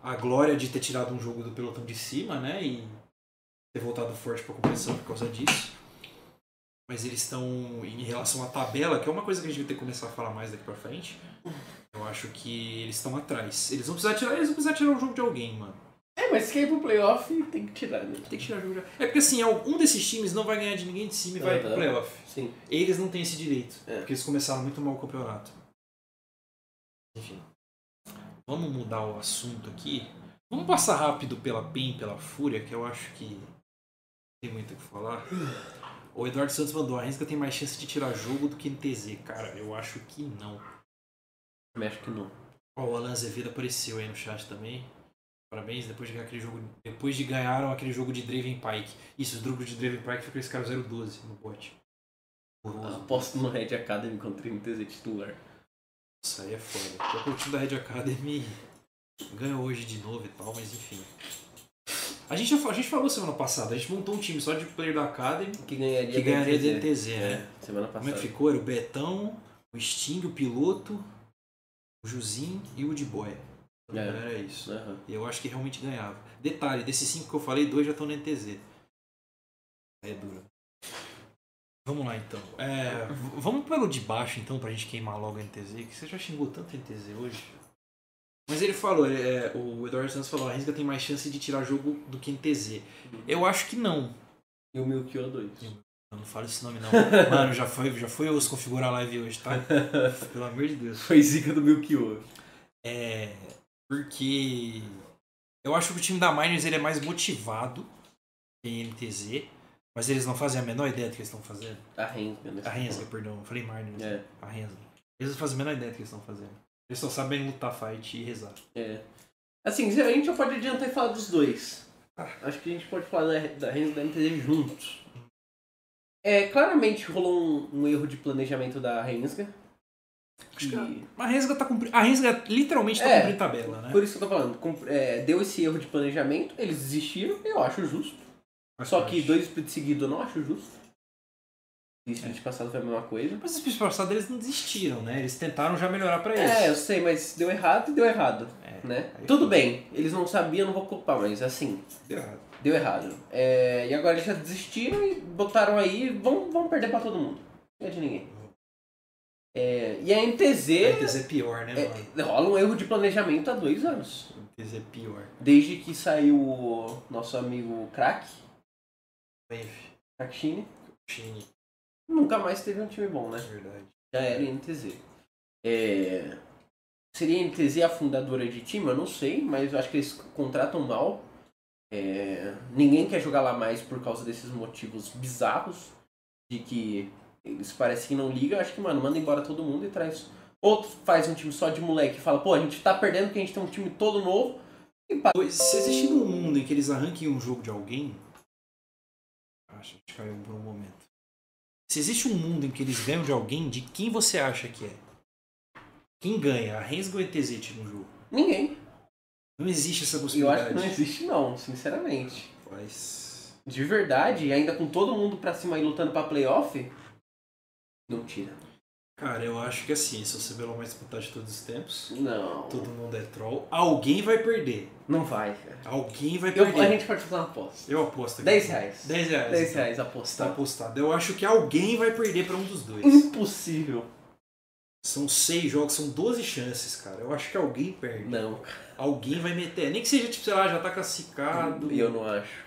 [SPEAKER 1] a glória de ter tirado um jogo do pelotão de cima, né? E ter voltado forte para a competição por causa disso. Mas eles estão, em relação à tabela, que é uma coisa que a gente vai ter que começar a falar mais daqui para frente, eu acho que eles estão atrás. Eles vão precisar tirar, eles vão precisar tirar o jogo de alguém, mano.
[SPEAKER 2] É, mas quem ir pro playoff tem que tirar, né?
[SPEAKER 1] Tem que tirar o jogo de É porque assim, um desses times não vai ganhar de ninguém de cima e vai
[SPEAKER 2] Aham.
[SPEAKER 1] pro playoff.
[SPEAKER 2] Sim.
[SPEAKER 1] Eles não têm esse direito.
[SPEAKER 2] É.
[SPEAKER 1] Porque eles começaram muito mal o campeonato. Enfim. Vamos mudar o assunto aqui. Vamos passar rápido pela PEN, pela Fúria, que eu acho que tem muito o que falar.
[SPEAKER 2] Hum.
[SPEAKER 1] O Eduardo Santos mandou, a Renska tem mais chance de tirar jogo do que NTZ. Cara, eu acho que não.
[SPEAKER 2] Também acho que não.
[SPEAKER 1] Ó, o Alan Zevida apareceu aí no chat também. Parabéns, depois de ganhar aquele jogo. Depois de ganharam aquele jogo de Draven Pike. Isso, o jogo de Draven Pike foi com esse cara 012 no bot. Horroroso.
[SPEAKER 2] Aposto no Red Academy contra o NTZ titular.
[SPEAKER 1] Isso aí é foda. Pior que O time da Red Academy ganhou hoje de novo e tal, mas enfim. A gente, já fa- a gente falou semana passada, a gente montou um time só de player da Academy
[SPEAKER 2] Que ganharia
[SPEAKER 1] que
[SPEAKER 2] da
[SPEAKER 1] ganharia
[SPEAKER 2] NTZ.
[SPEAKER 1] DTZ, né?
[SPEAKER 2] É, semana
[SPEAKER 1] Como é
[SPEAKER 2] passada.
[SPEAKER 1] que ficou? Era o Betão, o Sting, o Piloto, o Juzin e o D-Boy. Então,
[SPEAKER 2] É.
[SPEAKER 1] Era isso.
[SPEAKER 2] Aham.
[SPEAKER 1] E eu acho que realmente ganhava. Detalhe, desses cinco que eu falei, dois já estão na NTZ. É duro. Vamos lá então. É, v- vamos pelo de baixo então, pra gente queimar logo a NTZ, que você já xingou tanto a NTZ hoje. Mas ele falou, ele- é, o Eduardo Santos falou, a Renga tem mais chance de tirar jogo do que NTZ. Eu acho que não.
[SPEAKER 2] E o Milkio 2.
[SPEAKER 1] Eu não falo esse nome não. Mano, já foi, já foi os configurar a live hoje, tá? Pelo amor de Deus.
[SPEAKER 2] Foi zica do Milkio.
[SPEAKER 1] É. Porque eu acho que o time da Miners ele é mais motivado em NTZ, mas eles não fazem a menor ideia do que eles estão fazendo.
[SPEAKER 2] A Rensga, né?
[SPEAKER 1] A Rensga, perdão, eu falei Miners,
[SPEAKER 2] É,
[SPEAKER 1] a Rensga. Eles não fazem a menor ideia do que eles estão fazendo. Eles só sabem lutar, fight e rezar.
[SPEAKER 2] é. Assim, a gente já pode adiantar e falar dos dois.
[SPEAKER 1] Ah.
[SPEAKER 2] Acho que a gente pode falar da, da Rensga e da NTZ juntos. É, claramente rolou um, um erro de planejamento da Rensga.
[SPEAKER 1] Acho que
[SPEAKER 2] E-
[SPEAKER 1] A Rensga tá cumpri... A Rensga literalmente tá
[SPEAKER 2] É.
[SPEAKER 1] cumprindo tabela, né?
[SPEAKER 2] Por isso que eu tô falando, com- é, deu esse erro de planejamento, eles desistiram, eu acho justo. Só que dois splits seguidos eu não acho justo. E
[SPEAKER 1] É.
[SPEAKER 2] split passado foi a mesma coisa.
[SPEAKER 1] Mas os passados eles não desistiram, né? Eles tentaram já melhorar pra
[SPEAKER 2] É, eu
[SPEAKER 1] eles.
[SPEAKER 2] sei, mas deu errado e deu errado,
[SPEAKER 1] É,
[SPEAKER 2] né?
[SPEAKER 1] Aí
[SPEAKER 2] Tudo
[SPEAKER 1] foi.
[SPEAKER 2] bem, eles não sabiam, não vou culpar, mas assim,
[SPEAKER 1] Deu errado.
[SPEAKER 2] deu errado. É, e agora eles já desistiram e botaram aí, vão, vão perder pra todo mundo. Não é de ninguém. É, e a NTZ,
[SPEAKER 1] A NTZ é pior, né,
[SPEAKER 2] é,
[SPEAKER 1] mano?
[SPEAKER 2] rola um erro de planejamento há dois anos.
[SPEAKER 1] A vezes é pior.
[SPEAKER 2] Desde que saiu o nosso amigo Crack,
[SPEAKER 1] Wave,
[SPEAKER 2] Crackchini,
[SPEAKER 1] Chine,
[SPEAKER 2] nunca mais teve um time bom, né?
[SPEAKER 1] na é verdade.
[SPEAKER 2] Já era NTZ. É, Seria NTZ a fundadora de time? Eu não sei, mas eu acho que eles contratam mal. É, Ninguém quer jogar lá mais por causa desses motivos bizarros. De que eles parecem que não ligam. Eu Acho que, mano, manda embora todo mundo e traz. Ou faz um time só de moleque e fala, pô, a gente tá perdendo porque a gente tem um time todo novo.
[SPEAKER 1] Pois, se existir um mundo em que eles arranquem um jogo de alguém. Acho que caiu por um momento. Se existe um mundo em que eles ganham de alguém, de quem você acha que é? Quem ganha? A Rensga ou a ETZ tira um jogo?
[SPEAKER 2] Ninguém.
[SPEAKER 1] Não existe essa
[SPEAKER 2] E eu
[SPEAKER 1] possibilidade.
[SPEAKER 2] acho que não existe, não, sinceramente.
[SPEAKER 1] Mas.
[SPEAKER 2] De verdade, e ainda com todo mundo pra cima aí lutando pra playoff, não tira.
[SPEAKER 1] Cara, eu acho que assim, se você pelo mais disputar de todos os tempos,
[SPEAKER 2] Não.
[SPEAKER 1] todo mundo é troll, alguém vai perder.
[SPEAKER 2] Não vai, cara.
[SPEAKER 1] Alguém vai
[SPEAKER 2] Eu,
[SPEAKER 1] perder.
[SPEAKER 2] a gente pode fazer uma aposta.
[SPEAKER 1] Eu aposto.
[SPEAKER 2] 10 reais.
[SPEAKER 1] 10 reais.
[SPEAKER 2] 10
[SPEAKER 1] então.
[SPEAKER 2] reais
[SPEAKER 1] Tá
[SPEAKER 2] apostar.
[SPEAKER 1] apostado. Eu acho que alguém vai perder pra um dos
[SPEAKER 2] Tá
[SPEAKER 1] dois.
[SPEAKER 2] Uhum. Impossível.
[SPEAKER 1] São seis jogos, são 12 chances, cara. Eu acho que alguém perde.
[SPEAKER 2] Não, cara.
[SPEAKER 1] Alguém vai meter. Nem que seja, tipo, sei lá, já tá classificado.
[SPEAKER 2] Eu não acho.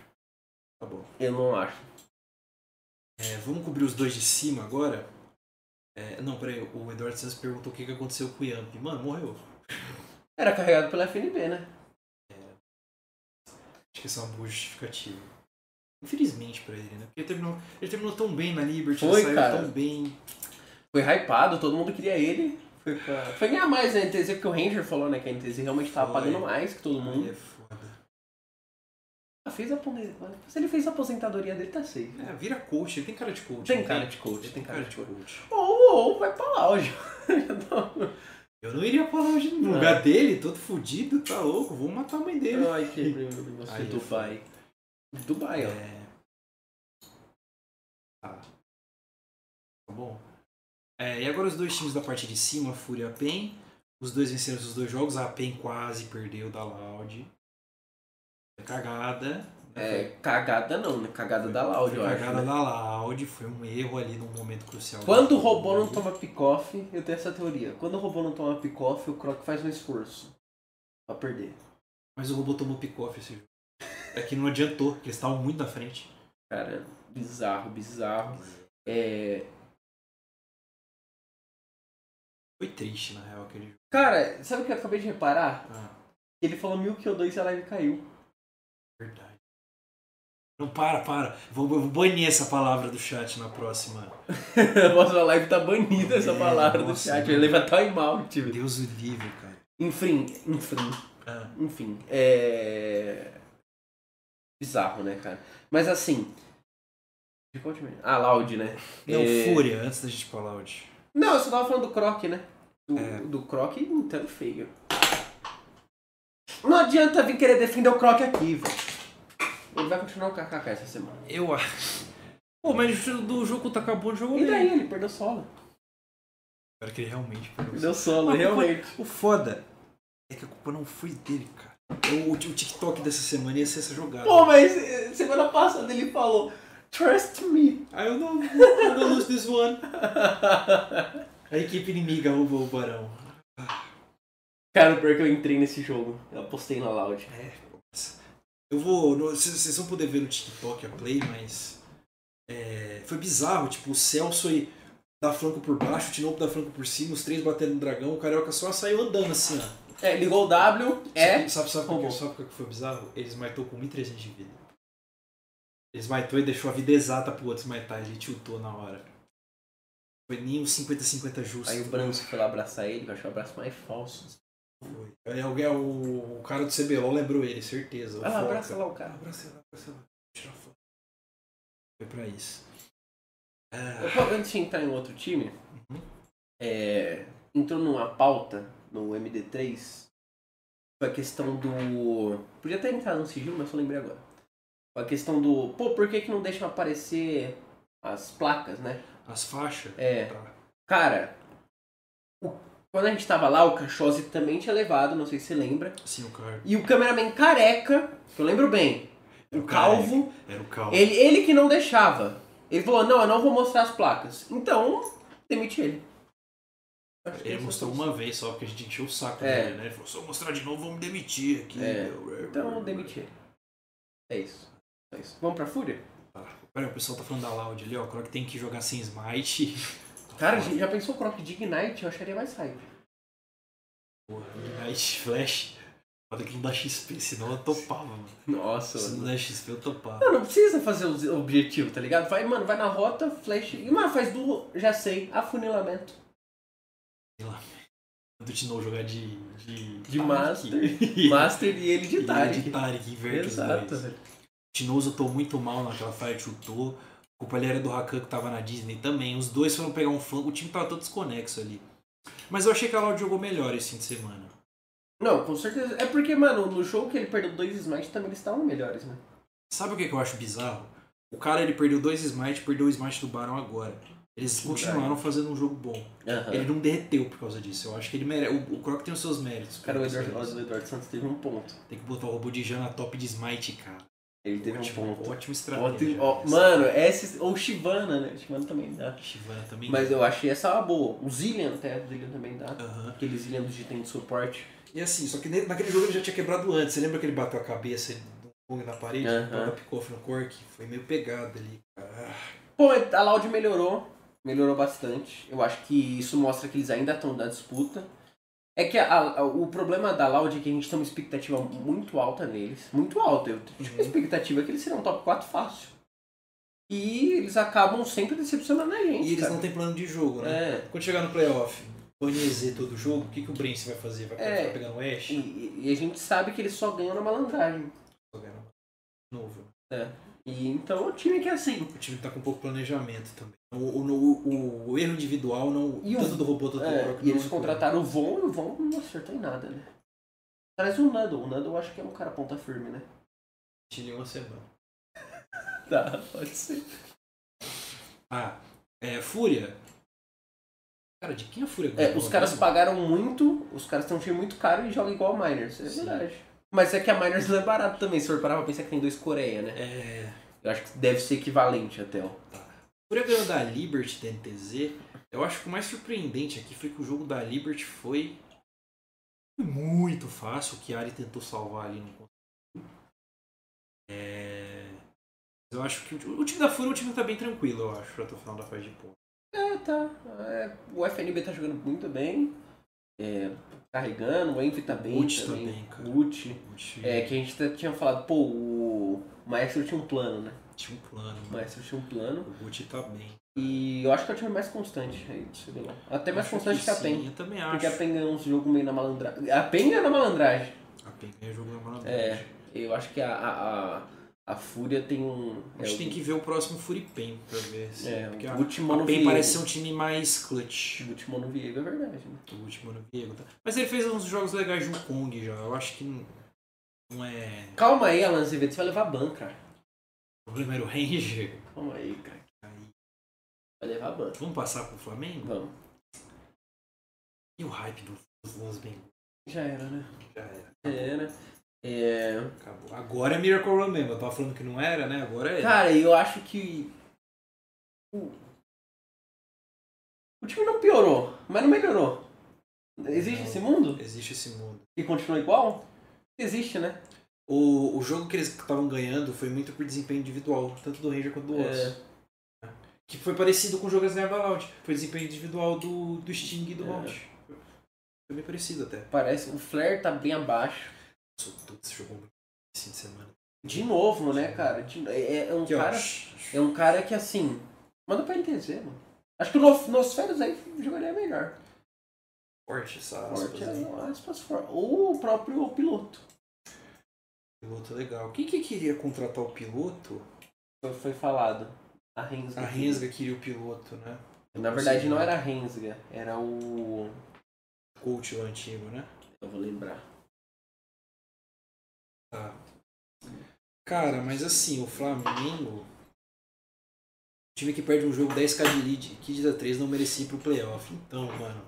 [SPEAKER 1] Tá bom.
[SPEAKER 2] Eu não acho.
[SPEAKER 1] É, vamos cobrir os dois de cima agora? É, não, peraí. O Eduardo Santos perguntou o que, que aconteceu com o Yamp. Mano, morreu.
[SPEAKER 2] Era carregado pela FNB, né?
[SPEAKER 1] Acho que essa é uma boa justificativa. Infelizmente pra ele, né? Porque ele terminou, ele terminou tão bem na Liberty,
[SPEAKER 2] Foi,
[SPEAKER 1] ele saiu
[SPEAKER 2] cara.
[SPEAKER 1] tão bem.
[SPEAKER 2] Foi hypado, todo mundo queria ele. Foi, pra... Foi ganhar mais né? na NTZ, porque o Ranger falou, né, que a NTZ realmente tava
[SPEAKER 1] Foi.
[SPEAKER 2] pagando mais que todo
[SPEAKER 1] Ele
[SPEAKER 2] mundo.
[SPEAKER 1] é foda.
[SPEAKER 2] Ah, Fez a aposentadoria. Se ele fez a aposentadoria dele, tá safe.
[SPEAKER 1] É, vira coach, ele tem cara de coach.
[SPEAKER 2] Tem
[SPEAKER 1] não
[SPEAKER 2] cara de coach, né?
[SPEAKER 1] Ele
[SPEAKER 2] tem cara de coach.
[SPEAKER 1] coach.
[SPEAKER 2] Ou, ou vai pra lá hoje. tá-
[SPEAKER 1] Eu não iria pra longe no
[SPEAKER 2] Não.
[SPEAKER 1] lugar dele, todo fudido, tá louco, vou matar a mãe dele.
[SPEAKER 2] Ai, é que você
[SPEAKER 1] Aí,
[SPEAKER 2] Dubai. Dubai, ó.
[SPEAKER 1] É. Tá. Tá bom. É, e agora os dois times da parte de cima, a Fúria e a PEN. Os dois venceram os dois jogos. A PEN quase perdeu da Loud. Foi Cagada. né?
[SPEAKER 2] É, cagada não, né? Cagada da Loud, eu
[SPEAKER 1] Foi
[SPEAKER 2] acho.
[SPEAKER 1] cagada
[SPEAKER 2] né?
[SPEAKER 1] da Loud. Foi um erro ali num momento crucial.
[SPEAKER 2] Quando o robô não toma pick-off, eu tenho essa teoria. Quando o robô não toma pick-off, o Croc faz um esforço pra perder.
[SPEAKER 1] Mas o robô tomou pick-off esse jogo. É que não adiantou, que eles estavam muito na frente.
[SPEAKER 2] Cara, bizarro, bizarro. É,
[SPEAKER 1] Foi triste, na real, aquele jogo.
[SPEAKER 2] Cara, sabe o que eu acabei de reparar?
[SPEAKER 1] Ah,
[SPEAKER 2] Ele falou mil que eu dois e a live caiu.
[SPEAKER 1] verdade. Não, para, para. Vou, vou banir essa palavra do chat na próxima.
[SPEAKER 2] Nossa, a live tá banida essa
[SPEAKER 1] É,
[SPEAKER 2] palavra do
[SPEAKER 1] nossa,
[SPEAKER 2] chat.
[SPEAKER 1] mano.
[SPEAKER 2] Ele vai estar em mal,
[SPEAKER 1] Meu
[SPEAKER 2] tipo.
[SPEAKER 1] Deus o livre, cara.
[SPEAKER 2] Enfim, enfim.
[SPEAKER 1] Ah,
[SPEAKER 2] Enfim, é. Bizarro, né, cara? Mas assim. de qual time? Ah, Loud, né?
[SPEAKER 1] não,
[SPEAKER 2] É.
[SPEAKER 1] Fúria, antes da gente ir pra Loud.
[SPEAKER 2] Não, eu só tava falando do Croc, né? Do,
[SPEAKER 1] É.
[SPEAKER 2] do Croc então feio. Não adianta vir querer defender o Croc aqui, velho. Ele vai continuar o KKK essa semana.
[SPEAKER 1] Eu acho. Pô, mas o do jogo tá acabou, jogou
[SPEAKER 2] E
[SPEAKER 1] bem.
[SPEAKER 2] daí? Ele perdeu solo.
[SPEAKER 1] Espero que ele realmente perdeu.
[SPEAKER 2] Perdeu solo,
[SPEAKER 1] Ah,
[SPEAKER 2] realmente.
[SPEAKER 1] O foda é que a culpa não foi dele, cara. O, o TikTok dessa semana ia ser essa jogada.
[SPEAKER 2] Pô, mas eh, semana passada ele falou Trust me.
[SPEAKER 1] Aí eu não, eu não lose this one. A equipe inimiga roubou o barão.
[SPEAKER 2] Cara, pior que eu entrei nesse jogo. Eu apostei na Loud.
[SPEAKER 1] É, putz. eu vou. no- c- Vocês vão poder ver no TikTok a play, mas. é, foi bizarro, tipo, o Celso aí dá flanco por baixo, o Tinoco dá flanco por cima, os três batendo no dragão, o Carioca só saiu andando assim, ó.
[SPEAKER 2] É, ligou o W, é.
[SPEAKER 1] Sabe, sabe, sabe, o
[SPEAKER 2] Roubou.
[SPEAKER 1] que, sabe o que foi bizarro? Eles matou com 1.300 de vida. Eles matou e deixou a vida exata pro outro matar, ele tiltou na hora. Foi nem um 50-50 justo.
[SPEAKER 2] Aí o Branco foi lá abraçar ele, que eu achei o abraço mais falso.
[SPEAKER 1] Foi. Aí Alguém, o, o cara do CBLOL lembrou ele, certeza. O
[SPEAKER 2] Vai Ah, lá,
[SPEAKER 1] Foca.
[SPEAKER 2] abraça lá o cara.
[SPEAKER 1] Abraça lá, abraça lá. Tira a foto. Foi pra isso.
[SPEAKER 2] Eu,
[SPEAKER 1] Ah,
[SPEAKER 2] po- antes de entrar em outro time, é, entrou numa pauta no MD3 com a questão do. Podia até entrar no sigilo, mas só lembrei agora. Com a questão do. Pô, por que, que não deixam aparecer as placas, né?
[SPEAKER 1] as faixas?
[SPEAKER 2] É.
[SPEAKER 1] Tá.
[SPEAKER 2] Cara, o- quando a gente tava lá, o Cachose também tinha levado, não sei se você lembra.
[SPEAKER 1] Sim, Assim, o cara.
[SPEAKER 2] E o cameraman careca, que eu lembro bem, o
[SPEAKER 1] Era
[SPEAKER 2] calvo.
[SPEAKER 1] careca. Era o calvo.
[SPEAKER 2] Ele, ele que não deixava. Ele falou, não, eu não vou mostrar as placas. Então, demite ele. Acho que
[SPEAKER 1] Ele
[SPEAKER 2] esse é
[SPEAKER 1] mostrou
[SPEAKER 2] o-
[SPEAKER 1] uma vez só, porque a gente encheu o saco
[SPEAKER 2] É.
[SPEAKER 1] dele, né? Ele falou, se eu mostrar de novo, vão me demitir aqui.
[SPEAKER 2] É.
[SPEAKER 1] meu."
[SPEAKER 2] Então eu demiti ele. É isso. É isso. Vamos pra Fúria?
[SPEAKER 1] Tá. Pera aí, o pessoal tá falando da Loud ali, ó. Croc tem que jogar sem smite.
[SPEAKER 2] Cara, gente, já pensou o Croc de Ignite? Eu acharia mais hype.
[SPEAKER 1] Porra, Ignite Flash. Foda que não dá XP, senão eu topava, mano.
[SPEAKER 2] Nossa,
[SPEAKER 1] Se não der XP, eu topava.
[SPEAKER 2] Não, não precisa fazer o objetivo, tá ligado? Vai, mano, vai na rota, flash. E, mano, faz do, já sei, afunilamento
[SPEAKER 1] Tanto de novo jogar de. De,
[SPEAKER 2] de
[SPEAKER 1] Tarek.
[SPEAKER 2] Master.
[SPEAKER 1] E-
[SPEAKER 2] Master e ele de
[SPEAKER 1] e
[SPEAKER 2] Tarek.
[SPEAKER 1] De né? Tarek, inverte os
[SPEAKER 2] Exato,
[SPEAKER 1] dois.
[SPEAKER 2] velho.
[SPEAKER 1] Tinoz eu tô muito mal naquela fight eu tô. A culpa ali era do Rakan que tava na Disney também. Os dois foram pegar um flanco, o time tava todo desconexo ali. Mas eu achei que a Loud jogou melhor esse fim de semana.
[SPEAKER 2] Não, com certeza. É porque, mano, no jogo que ele perdeu dois smites também eles estavam melhores, né?
[SPEAKER 1] Sabe o que, que eu acho bizarro? O cara ele perdeu dois smite, perdeu o smite do Barão agora. Eles continuaram fazendo um jogo bom.
[SPEAKER 2] É.
[SPEAKER 1] Ele não derreteu por causa disso. Eu acho que ele merece. O, o Croc tem os seus méritos.
[SPEAKER 2] Cara, o
[SPEAKER 1] Tem os
[SPEAKER 2] Eduardo,
[SPEAKER 1] méritos.
[SPEAKER 2] o Eduardo Santos teve um ponto.
[SPEAKER 1] Tem que botar o robô de Jana top de smite, cara.
[SPEAKER 2] Ele teve um
[SPEAKER 1] Ótimo,
[SPEAKER 2] ponto.
[SPEAKER 1] ótimo
[SPEAKER 2] Ótimo,
[SPEAKER 1] estratégia.
[SPEAKER 2] ó, mano, essa, ou Shivana, né? Shivana também dá.
[SPEAKER 1] Shivana também.
[SPEAKER 2] Mas eu achei essa uma boa. O Zillian até, o Zillian também dá.
[SPEAKER 1] Aham.
[SPEAKER 2] Aquele Zillian dos itens de suporte.
[SPEAKER 1] E assim, só que ne- naquele jogo ele já tinha quebrado antes. Você lembra que ele bateu a cabeça do Kong na parede?
[SPEAKER 2] Aham.
[SPEAKER 1] Uhum. Picou no Cork? Foi meio pegado ali. Ah,
[SPEAKER 2] Bom, a Loud melhorou, melhorou bastante. Eu acho que isso mostra que eles ainda estão na disputa. É que a- a- o problema da Loud é que a gente tem uma expectativa muito alta neles. Muito alta. Eu tenho uma
[SPEAKER 1] Uhum.
[SPEAKER 2] expectativa é que eles serão top 4 fácil. E eles acabam sempre decepcionando a gente.
[SPEAKER 1] E eles
[SPEAKER 2] cara.
[SPEAKER 1] não têm plano de jogo, né?
[SPEAKER 2] É.
[SPEAKER 1] Quando chegar no playoff, banhezer todo o jogo, o que, que o Brence vai fazer? Vai
[SPEAKER 2] É.
[SPEAKER 1] ficar pegando o Ash?
[SPEAKER 2] E, e a gente sabe que eles só ganham na malandragem.
[SPEAKER 1] Jogar no- Novo.
[SPEAKER 2] E então o time que é assim.
[SPEAKER 1] O time tá com pouco planejamento também. O, o- o- o erro individual, não,
[SPEAKER 2] E o-
[SPEAKER 1] tanto do robô, tanto do
[SPEAKER 2] É,
[SPEAKER 1] Croc,
[SPEAKER 2] e
[SPEAKER 1] não
[SPEAKER 2] eles
[SPEAKER 1] ajuda.
[SPEAKER 2] contrataram o Von e o Von não acertou em nada, né? Traz o Nando. O Nando eu acho que é um cara ponta firme, né?
[SPEAKER 1] Tinha uma semana.
[SPEAKER 2] Tá, pode ser.
[SPEAKER 1] Ah, é, Fúria. Cara, de quem a Fúria
[SPEAKER 2] É,
[SPEAKER 1] ganhou?
[SPEAKER 2] os caras pagaram muito, os caras estão cheio muito caro e jogam igual a Miners. É
[SPEAKER 1] Sim.
[SPEAKER 2] verdade. Mas é que a Miners não é barato também, se for parar pra pensar que tem dois Coreia, né?
[SPEAKER 1] É,
[SPEAKER 2] Eu acho que deve ser equivalente até, ó.
[SPEAKER 1] Fúria ganhou da Liberty da NTZ. Eu acho que o mais surpreendente aqui foi que o jogo da Liberty foi muito fácil. O Chiari tentou salvar ali, não conseguiu. É... Eu acho que o ti- o time da Fúria é um time que tá bem tranquilo, eu acho, até o final da fase de ponto.
[SPEAKER 2] É, tá. É, o FNB tá jogando muito bem. É, carregando, o Envy tá bem.
[SPEAKER 1] Ult
[SPEAKER 2] também.
[SPEAKER 1] também, cara.
[SPEAKER 2] Ult.
[SPEAKER 1] O time
[SPEAKER 2] É, que a gente até tinha falado, pô, o Maestro tinha um plano, né?
[SPEAKER 1] tinha um plano,
[SPEAKER 2] O
[SPEAKER 1] mas
[SPEAKER 2] Maestro tinha um plano.
[SPEAKER 1] o Gucci tá bem.
[SPEAKER 2] E eu acho que é o time mais constante aí do CBLOL. Até mais
[SPEAKER 1] Acho
[SPEAKER 2] constante que, a
[SPEAKER 1] sim,
[SPEAKER 2] PEN.
[SPEAKER 1] Eu também
[SPEAKER 2] Porque
[SPEAKER 1] acho.
[SPEAKER 2] a PEN ganhou uns jogos meio na malandragem. A PEN ganhou na malandragem.
[SPEAKER 1] A PEN ganha jogo na malandragem.
[SPEAKER 2] É, eu acho que a, a, a, a Fúria tem um.
[SPEAKER 1] A gente tem que ver o próximo Furipen pra ver se.
[SPEAKER 2] É,
[SPEAKER 1] porque
[SPEAKER 2] o
[SPEAKER 1] a,
[SPEAKER 2] Gutimano
[SPEAKER 1] a PEN
[SPEAKER 2] Viego.
[SPEAKER 1] parece ser um time mais clutch.
[SPEAKER 2] O Timon Viego é verdade, né?
[SPEAKER 1] O último ano Viego. Tá? Mas ele fez uns jogos legais no Kong já. Eu acho que não, não é.
[SPEAKER 2] Calma aí, Alan Azevedo, você vai levar ban, cara.
[SPEAKER 1] O problema era o Ranger.
[SPEAKER 2] Calma aí, cara.
[SPEAKER 1] Aí,
[SPEAKER 2] Vai levar ban.
[SPEAKER 1] vamos passar pro Flamengo?
[SPEAKER 2] Vamos.
[SPEAKER 1] E o hype do- dos Los Bengals
[SPEAKER 2] Já era, né?
[SPEAKER 1] já era.
[SPEAKER 2] Já era. É...
[SPEAKER 1] Acabou. Agora é Miracle Run mesmo. Eu tava falando que não era, né? Agora é.
[SPEAKER 2] Cara, eu acho que. O... o time não piorou, mas não melhorou. Existe
[SPEAKER 1] Não.
[SPEAKER 2] esse mundo?
[SPEAKER 1] Existe esse mundo.
[SPEAKER 2] E continua igual? Existe, né?
[SPEAKER 1] O, o jogo que eles estavam ganhando foi muito por desempenho individual, tanto do Ranger quanto do
[SPEAKER 2] É.
[SPEAKER 1] Osso. Que foi parecido com o jogo que eles ganharam da Loud. Foi desempenho individual do, do Sting e do
[SPEAKER 2] É.
[SPEAKER 1] Loud. Foi bem parecido até.
[SPEAKER 2] Parece. O Flair tá bem abaixo.
[SPEAKER 1] Soltou esse jogo é muito esse fim de semana.
[SPEAKER 2] De novo, né, cara? De- É, é um
[SPEAKER 1] Aqui, ó.
[SPEAKER 2] cara. É um cara que assim. Manda pra NTZ, mano. Acho que o Nos- Nosferos aí jogaria melhor.
[SPEAKER 1] Forte essa aspas.
[SPEAKER 2] Forte,
[SPEAKER 1] né?
[SPEAKER 2] é, aspas, for- Ou o próprio piloto.
[SPEAKER 1] Piloto legal. Quem que queria contratar o piloto?
[SPEAKER 2] Foi, foi falado. A Rensga.
[SPEAKER 1] A Rensga queria o piloto, né?
[SPEAKER 2] Na verdade não era a Rensga, era o.
[SPEAKER 1] Coach lá antigo, né?
[SPEAKER 2] Eu vou lembrar.
[SPEAKER 1] Tá. Cara, mas assim, o Flamengo. Time que perde um jogo 10k de lead, Kid da 3 não merecia ir pro playoff. Então, mano.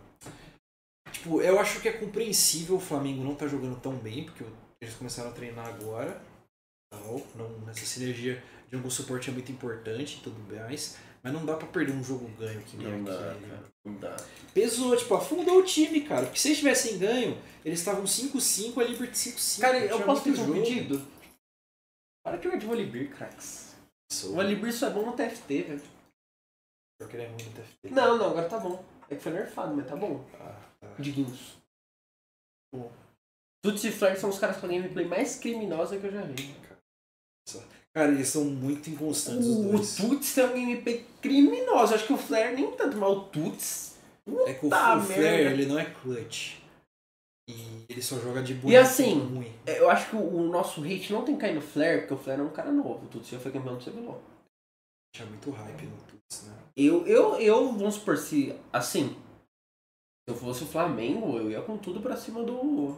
[SPEAKER 1] Tipo, eu acho que é compreensível o Flamengo não tá jogando tão bem, porque eles começaram a treinar agora. Tal, não, essa sinergia de algum suporte é muito importante e tudo mais. Mas não dá pra perder um jogo ganho que nem
[SPEAKER 2] Não dá,
[SPEAKER 1] aquele. né?
[SPEAKER 2] cara. Não dá.
[SPEAKER 1] Pesou, tipo, afundou o time, cara. Porque se eles tivessem ganho, eles estavam 5-5, a Liberty 5-5.
[SPEAKER 2] Cara,
[SPEAKER 1] Tinha
[SPEAKER 2] eu posso
[SPEAKER 1] muito
[SPEAKER 2] pedir um
[SPEAKER 1] jogo.
[SPEAKER 2] pedido? Para de jogar de Volibear, cracks.
[SPEAKER 1] Isso,
[SPEAKER 2] O Volibear só é bom no TFT, velho.
[SPEAKER 1] Porque ele é ruim no TFT.
[SPEAKER 2] Não, não, agora tá bom. É que foi nerfado, mas tá bom.
[SPEAKER 1] Ah, tá.
[SPEAKER 2] Diguinhos.
[SPEAKER 1] Bom.
[SPEAKER 2] Tuts e Flag são os caras com a gameplay mais criminosa que eu já vi.
[SPEAKER 1] Cara, eles são muito inconstantes os
[SPEAKER 2] O, o
[SPEAKER 1] dois.
[SPEAKER 2] Tuts tem uma gameplay criminosa. Acho que o Flare nem tanto, mas o Tuts.
[SPEAKER 1] É que o,
[SPEAKER 2] Puta
[SPEAKER 1] o Flair,
[SPEAKER 2] merda.
[SPEAKER 1] ele não é clutch. E ele só joga de boneco
[SPEAKER 2] assim,
[SPEAKER 1] ruim.
[SPEAKER 2] é, Eu acho que o, o nosso hate não tem que cair no Flare, porque o Flare é um cara novo. O Tuts já foi campeão do CBLOL.
[SPEAKER 1] Tinha muito hype no Tuts, né?
[SPEAKER 2] Eu, eu, eu, vamos supor, se assim, se eu fosse o Flamengo, eu ia com tudo pra cima do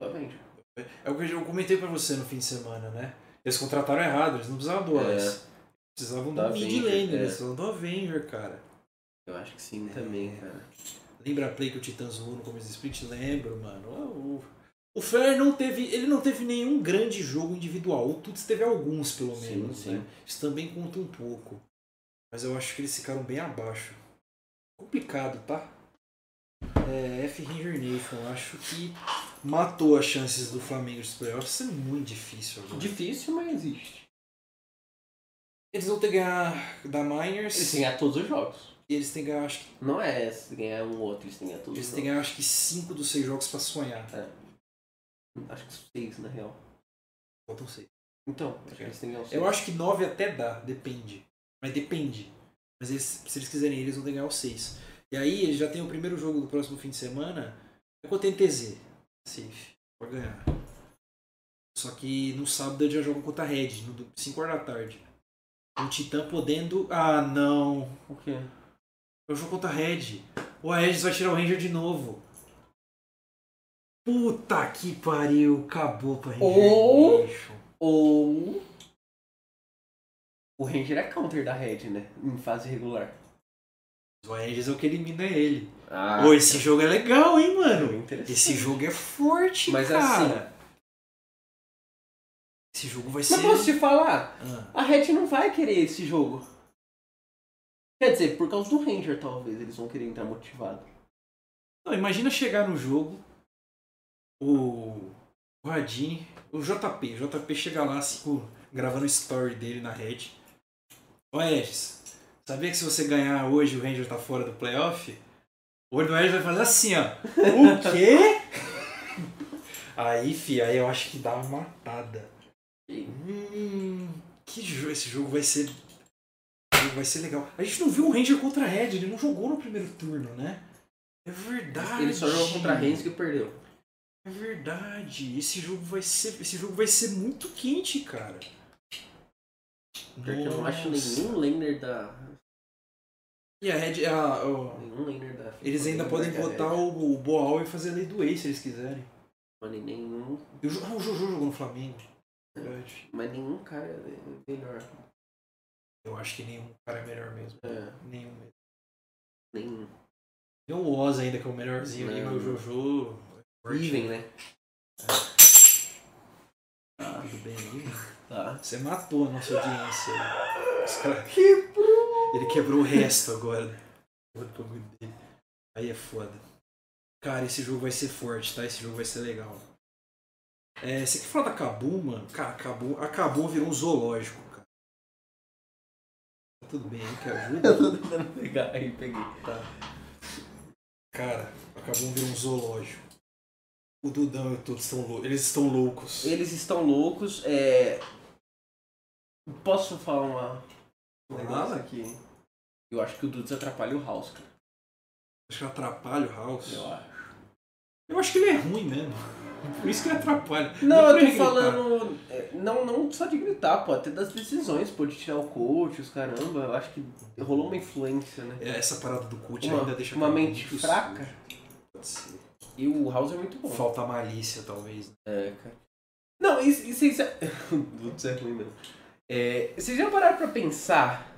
[SPEAKER 2] Flamengo.
[SPEAKER 1] É o que eu comentei pra você no fim de semana, né? Eles contrataram errado, eles não precisavam do
[SPEAKER 2] É.
[SPEAKER 1] Alex. Precisavam do
[SPEAKER 2] Da
[SPEAKER 1] mid
[SPEAKER 2] Avenger,
[SPEAKER 1] laner,
[SPEAKER 2] é.
[SPEAKER 1] eles precisavam do Avenger, cara.
[SPEAKER 2] Eu acho que sim
[SPEAKER 1] também,
[SPEAKER 2] cara.
[SPEAKER 1] Lembra a play que o Titã zoou no começo do split? Lembro, mano. O, o Fer não teve. Ele não teve nenhum grande jogo individual. O Tuts teve alguns, pelo
[SPEAKER 2] Sim,
[SPEAKER 1] menos.
[SPEAKER 2] sim.
[SPEAKER 1] né? Isso também conta um pouco. Mas eu acho que eles ficaram bem abaixo. Complicado, tá? É, F Ranger Nation, eu acho que matou as chances do Flamengo dos playoffs. Isso é muito difícil agora.
[SPEAKER 2] Difícil, mas existe.
[SPEAKER 1] Eles vão ter que ganhar da Miners.
[SPEAKER 2] Eles têm que ganhar todos os jogos.
[SPEAKER 1] E eles têm que ganhar, acho que,
[SPEAKER 2] Não é se ganhar um ou outro, eles têm que ganhar todos
[SPEAKER 1] eles
[SPEAKER 2] os
[SPEAKER 1] têm que ganhar, acho que cinco dos seis jogos pra sonhar.
[SPEAKER 2] jogos. Acho que seis, na real.
[SPEAKER 1] Faltam seis.
[SPEAKER 2] Então, acho que eles têm que ganhar os seis.
[SPEAKER 1] Eu acho que 9 até dá, depende. Mas depende. Mas eles, se eles quiserem, eles vão ter que ganhar os 6. E aí, eles já tem o primeiro jogo do próximo fim de semana. É contra a NTZ. Safe. Pode ganhar. Só que no sábado eles já jogam contra a Red, 5 horas da tarde. O Titã podendo. Ah, não.
[SPEAKER 2] O quê?
[SPEAKER 1] Eu jogo contra a Red. O Aegis vai tirar o Ranger de novo. Puta que pariu. Acabou pra Ranger.
[SPEAKER 2] Ou-
[SPEAKER 1] Nation.
[SPEAKER 2] Ou. O Ranger é counter da Red, né? Em fase regular.
[SPEAKER 1] O Aegis é o que elimina ele.
[SPEAKER 2] Ah,
[SPEAKER 1] Pô, esse jogo é legal, hein, mano?
[SPEAKER 2] interessante.
[SPEAKER 1] Esse jogo é forte,
[SPEAKER 2] Mas assim,
[SPEAKER 1] cara. Esse jogo vai ser.
[SPEAKER 2] Mas posso te falar?
[SPEAKER 1] Ah,
[SPEAKER 2] A Red não vai querer esse jogo. Quer dizer, por causa do Ranger, talvez, eles vão querer entrar motivado.
[SPEAKER 1] Não, imagina chegar no jogo, o. O Radini, o JP. O JP chega lá, assim, gravando o story dele na rede. Ô Edis, sabia que se você ganhar hoje o Ranger tá fora do playoff? O olho do Edis vai fazer assim, ó. O quê? aí, fi, aí eu acho que dá uma matada. Hum, que jogo, esse jogo vai ser. esse jogo Vai ser legal. A gente não viu o Ranger contra a Red, ele não jogou no primeiro turno, né? É verdade.
[SPEAKER 2] Ele só jogou contra a Rennes que perdeu.
[SPEAKER 1] É verdade. Esse jogo vai ser, esse jogo vai ser muito quente, cara.
[SPEAKER 2] Porque eu não acho
[SPEAKER 1] Nossa.
[SPEAKER 2] nenhum laner da.
[SPEAKER 1] E a Red, a- o-
[SPEAKER 2] Nenhum laner da.
[SPEAKER 1] eles ainda podem
[SPEAKER 2] é
[SPEAKER 1] botar um o, o Boal e fazer a lei do Ace se eles quiserem.
[SPEAKER 2] Mas nenhum.
[SPEAKER 1] E o, Jo- ah, o Jojo jogou no Flamengo. É Verdade.
[SPEAKER 2] Mas nenhum cara é melhor.
[SPEAKER 1] Eu acho que nenhum cara é melhor mesmo.
[SPEAKER 2] É,
[SPEAKER 1] Nenhum mesmo.
[SPEAKER 2] nenhum.
[SPEAKER 1] Tem o Oz ainda, que é o melhorzinho ali,
[SPEAKER 2] Não.
[SPEAKER 1] mas o Jojo.
[SPEAKER 2] Even, né?
[SPEAKER 1] Ah, tudo bem ali.
[SPEAKER 2] Tá.
[SPEAKER 1] Você matou a nossa audiência. Os cara-
[SPEAKER 2] Que
[SPEAKER 1] Ele quebrou o resto agora. né? O bagulho dele. Aí é foda. Cara, esse jogo vai ser forte, tá? Esse jogo vai ser legal. É, você quer falar da Kabum, mano? Cara, Kabum, a Kabum virou um zoológico, cara. Tá tudo bem, hein? Quer
[SPEAKER 2] Eu
[SPEAKER 1] ajuda?
[SPEAKER 2] tô tentando pegar. Aí peguei.
[SPEAKER 1] Cara, a Kabum virou um zoológico. O Dudão e o Tudo estão loucos. Eles estão loucos.
[SPEAKER 2] Eles estão loucos. É. Posso falar uma. Um
[SPEAKER 1] Fala.
[SPEAKER 2] negócio aqui? Eu acho que o Dudes atrapalha o House, cara.
[SPEAKER 1] Acho que atrapalha o House.
[SPEAKER 2] Eu acho.
[SPEAKER 1] Eu acho que ele é ruim mesmo. Por isso que ele atrapalha.
[SPEAKER 2] Não,
[SPEAKER 1] pra
[SPEAKER 2] eu
[SPEAKER 1] ele
[SPEAKER 2] tô
[SPEAKER 1] gritar.
[SPEAKER 2] falando. é, Não, não só de gritar, pô, até das decisões, pô, de tirar o coach, os caramba. Eu acho que rolou uma influência, né?
[SPEAKER 1] É, Essa parada do coach
[SPEAKER 2] Uma-
[SPEAKER 1] ainda deixa
[SPEAKER 2] uma
[SPEAKER 1] Kabum
[SPEAKER 2] mente
[SPEAKER 1] muito
[SPEAKER 2] fraca.
[SPEAKER 1] sujo. Pode ser.
[SPEAKER 2] E o House é muito bom.
[SPEAKER 1] Falta malícia, talvez. né?
[SPEAKER 2] É, cara. Não, e e vocês já. Putz, é ruim mesmo. É, vocês já pararam pra pensar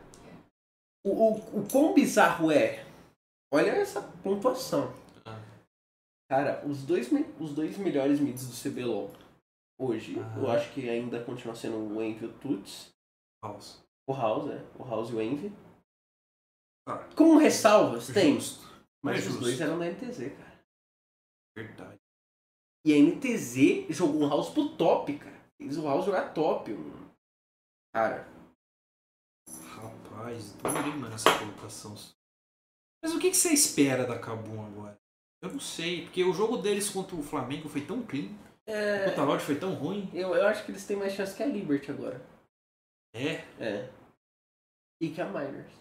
[SPEAKER 2] o, o, o quão bizarro é? Olha essa pontuação.
[SPEAKER 1] Ah.
[SPEAKER 2] Cara, os dois, me- os dois melhores mids do CBLOL hoje,
[SPEAKER 1] Ah.
[SPEAKER 2] eu acho que ainda continua sendo o Envy e o Tuts.
[SPEAKER 1] House.
[SPEAKER 2] O House, né? O House e o Envy.
[SPEAKER 1] Tá,
[SPEAKER 2] Com ressalvas, tem.
[SPEAKER 1] justo.
[SPEAKER 2] Mas
[SPEAKER 1] É
[SPEAKER 2] os
[SPEAKER 1] justo.
[SPEAKER 2] dois eram da NTZ, cara.
[SPEAKER 1] Verdade.
[SPEAKER 2] E a NTZ jogou o um House pro top, cara. Fez o House jogar top, mano. Cara,
[SPEAKER 1] Rapaz, doido, hein, mano, essa colocação. Mas o que, que você espera da Kabum agora? Eu não sei, porque o jogo deles contra o Flamengo foi tão clean,
[SPEAKER 2] é,
[SPEAKER 1] o Talod foi tão ruim.
[SPEAKER 2] eu, eu acho que eles têm mais chance que a Liberty agora.
[SPEAKER 1] É,
[SPEAKER 2] É. E que a Miners.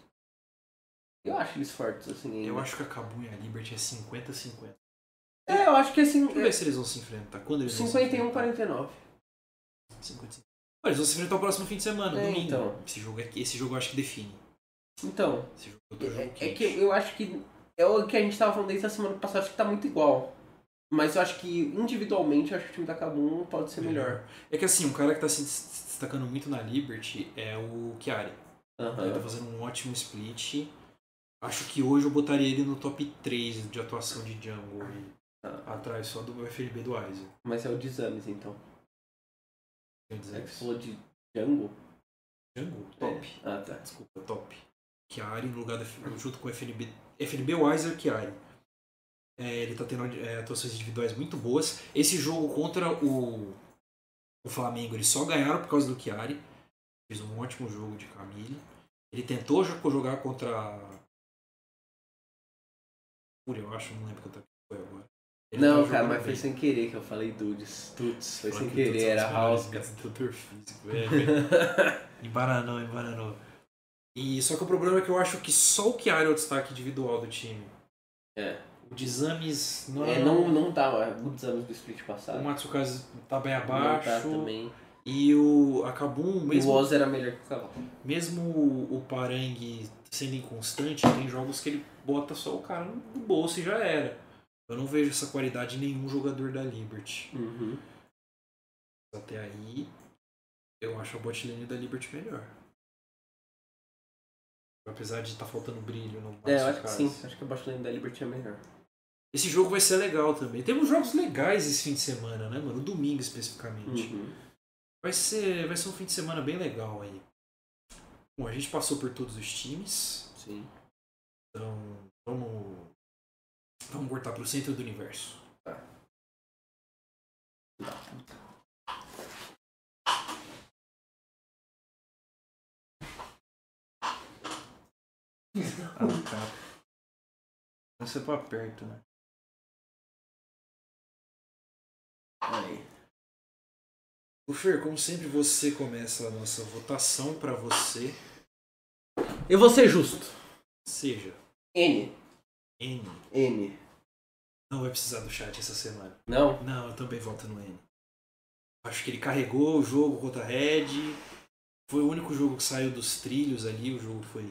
[SPEAKER 2] Eu acho eles fortes, assim. ainda.
[SPEAKER 1] eu acho que a Kabum e a Liberty é 50-50.
[SPEAKER 2] É, um, eu acho que assim. é,
[SPEAKER 1] Deixa eu ver se eles vão se enfrentar. Quando eles vão se enfrentar?
[SPEAKER 2] 51-49.
[SPEAKER 1] 55. Ah, Eles vão se enfrentar o próximo fim de semana,
[SPEAKER 2] É,
[SPEAKER 1] domingo.
[SPEAKER 2] então.
[SPEAKER 1] Esse, jogo aqui, esse jogo eu acho que define.
[SPEAKER 2] Então,
[SPEAKER 1] Esse jogo é outro jogo
[SPEAKER 2] é, é
[SPEAKER 1] quente.
[SPEAKER 2] que eu acho que. É o que a gente tava falando desde a semana passada, acho que tá muito igual. Mas eu acho que individualmente, eu acho que o time da Kabum pode ser melhor.
[SPEAKER 1] É que assim, um cara que tá se des- destacando muito na Liberty é o Chiari. Ele tá
[SPEAKER 2] Aham.
[SPEAKER 1] fazendo um ótimo split. Acho que hoje eu botaria ele no top 3 de atuação de jungle. ali.
[SPEAKER 2] Ah.
[SPEAKER 1] Atrás só do FLB do Aizen.
[SPEAKER 2] Mas é o de exames, então.
[SPEAKER 1] Quer
[SPEAKER 2] É
[SPEAKER 1] dizer,
[SPEAKER 2] que você falou de Django?
[SPEAKER 1] Jungle? Top.
[SPEAKER 2] É. Ah, tá.
[SPEAKER 1] Desculpa, top. Chiari no lugar do F- junto com o FNB. FNB Wiser Chiari. É, ele tá tendo é, atuações individuais muito boas. Esse jogo contra o, o Flamengo, eles só ganharam por causa do Chiari. Fez um ótimo jogo de Camille. Ele tentou jo- jogar contra. a Fúria, eu acho, não lembro quanto é que foi agora. Ele
[SPEAKER 2] Não,
[SPEAKER 1] tentou
[SPEAKER 2] cara,
[SPEAKER 1] jogar
[SPEAKER 2] mas foi
[SPEAKER 1] bem.
[SPEAKER 2] sem querer que eu falei Dudes. Tuts, foi sem
[SPEAKER 1] Fala que eu tô
[SPEAKER 2] querer, era
[SPEAKER 1] desesperado,
[SPEAKER 2] House.
[SPEAKER 1] esse Tutor físico, é, Embaranou, embaranou. E só que o problema é que eu acho que só o Chiara é o destaque individual do time.
[SPEAKER 2] É.
[SPEAKER 1] O de exames não.
[SPEAKER 2] É, não, não tá o exames do split
[SPEAKER 1] O
[SPEAKER 2] passado.
[SPEAKER 1] Matsukaze tá bem
[SPEAKER 2] Não tá
[SPEAKER 1] abaixo.
[SPEAKER 2] também.
[SPEAKER 1] e o Acabum, mesmo,
[SPEAKER 2] O Oz era melhor que o Cavalo.
[SPEAKER 1] mesmo o Parang sendo inconstante, tem jogos que ele bota só o cara no bolso e já era. Eu não vejo essa qualidade em nenhum jogador da Liberty.
[SPEAKER 2] Uhum.
[SPEAKER 1] Até aí, eu acho a botlane da Liberty melhor. Apesar de estar faltando brilho no
[SPEAKER 2] É, eu acho que
[SPEAKER 1] Matsukaze.
[SPEAKER 2] sim. Acho que a Baixa da Liberty é melhor.
[SPEAKER 1] Esse jogo vai ser legal também. Temos jogos legais esse fim de semana, né, mano? Domingo
[SPEAKER 2] Uhum.
[SPEAKER 1] especificamente. Vai, ser, vai ser um fim de semana bem legal aí. Bom, a gente passou por todos os times.
[SPEAKER 2] Sim.
[SPEAKER 1] Então, vamos. Vamos cortar pro centro do universo. Ah, tá. Você pra perto, né?
[SPEAKER 2] Aí.
[SPEAKER 1] O Fer, como sempre, você começa a nossa votação pra você.
[SPEAKER 2] Eu vou ser justo.
[SPEAKER 1] Seja
[SPEAKER 2] N.
[SPEAKER 1] N.
[SPEAKER 2] N.
[SPEAKER 1] Não vai precisar do chat essa semana.
[SPEAKER 2] Não?
[SPEAKER 1] Não, eu também voto no N. Acho que ele carregou o jogo contra a Red. Foi o único jogo que saiu dos trilhos ali. O jogo foi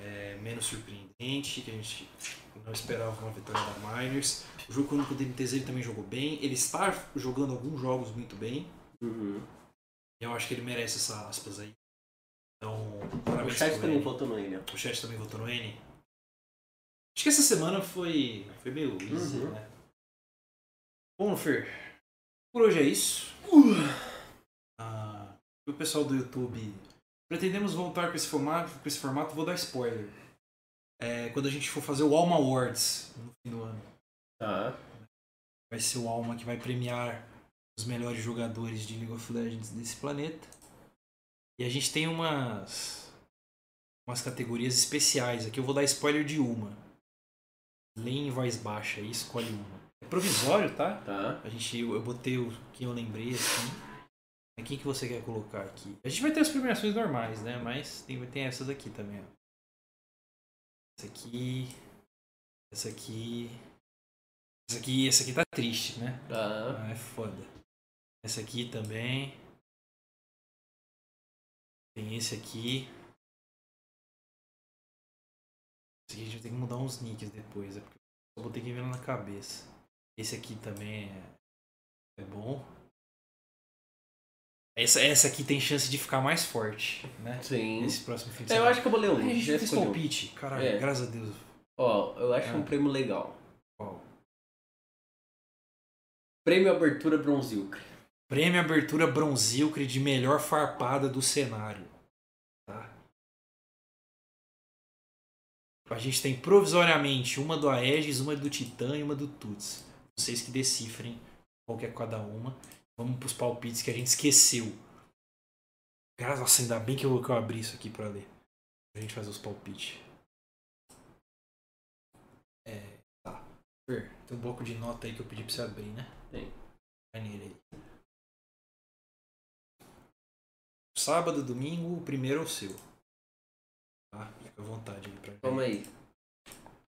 [SPEAKER 1] é, menos surpreendente, que a gente não esperava uma vitória da Miners. O jogo contra o DMTZ ele também jogou bem. Ele está jogando alguns jogos muito bem.
[SPEAKER 2] Uhum.
[SPEAKER 1] Eu acho que ele merece essa aspas aí. Então,
[SPEAKER 2] O
[SPEAKER 1] parabéns
[SPEAKER 2] Charles
[SPEAKER 1] pro
[SPEAKER 2] também
[SPEAKER 1] N.
[SPEAKER 2] votou no N. ó.
[SPEAKER 1] O chat também votou no N. Acho que essa semana foi, foi meio easy,
[SPEAKER 2] Uhum.
[SPEAKER 1] né? Bom, Fer, por hoje é isso. Ah, o pessoal do YouTube, pretendemos voltar com esse formato. Com esse formato vou dar spoiler. É, quando a gente for fazer o Alma Awards no fim do ano.
[SPEAKER 2] Tá.
[SPEAKER 1] Vai ser o Alma que vai premiar os melhores jogadores de League of Legends desse planeta. E a gente tem umas umas categorias especiais aqui. Eu vou dar spoiler de uma. Lê em voz baixa e escolhe uma. É provisório, tá?
[SPEAKER 2] Tá.
[SPEAKER 1] A gente eu, eu botei o que eu lembrei assim. É quem que você quer colocar aqui? A gente vai ter as premiações normais, né? Mas tem, tem essas aqui também, ó. Essa aqui. Essa aqui. Essa aqui, essa aqui tá triste, né?
[SPEAKER 2] Tá.
[SPEAKER 1] Ah, é foda. Essa aqui também. Tem esse aqui. Esse aqui a gente tem que mudar uns nicks depois, é porque eu vou ter que ver na cabeça. Esse aqui também é, é bom. Essa, essa aqui tem chance de ficar mais forte, né?
[SPEAKER 2] Sim.
[SPEAKER 1] Esse próximo fim de
[SPEAKER 2] É, eu
[SPEAKER 1] semana.
[SPEAKER 2] acho que eu vou ler um.
[SPEAKER 1] a gente
[SPEAKER 2] já
[SPEAKER 1] fez
[SPEAKER 2] escolhi um.
[SPEAKER 1] palpite. Caralho,
[SPEAKER 2] É.
[SPEAKER 1] graças a Deus.
[SPEAKER 2] Ó, eu acho
[SPEAKER 1] É.
[SPEAKER 2] um prêmio legal.
[SPEAKER 1] Qual?
[SPEAKER 2] Prêmio Abertura Bronzilcre.
[SPEAKER 1] Prêmio Abertura Bronzilcre de melhor farpada do cenário. Tá? A gente tem provisoriamente uma do Aegis, uma do Titã e uma do Tuts. Vocês que decifrem qual que é cada uma. Vamos pros palpites que a gente esqueceu. Graças nossa, ainda bem que eu, que eu abri isso aqui pra ler. A gente fazer os palpites. É, tá. Fer, Tem um bloco de nota aí que eu pedi pra você abrir, né?
[SPEAKER 2] Tem.
[SPEAKER 1] Vai nele aí. Sábado, domingo, o primeiro é o seu. Tá? Fica à vontade aí pra
[SPEAKER 2] Calma aí.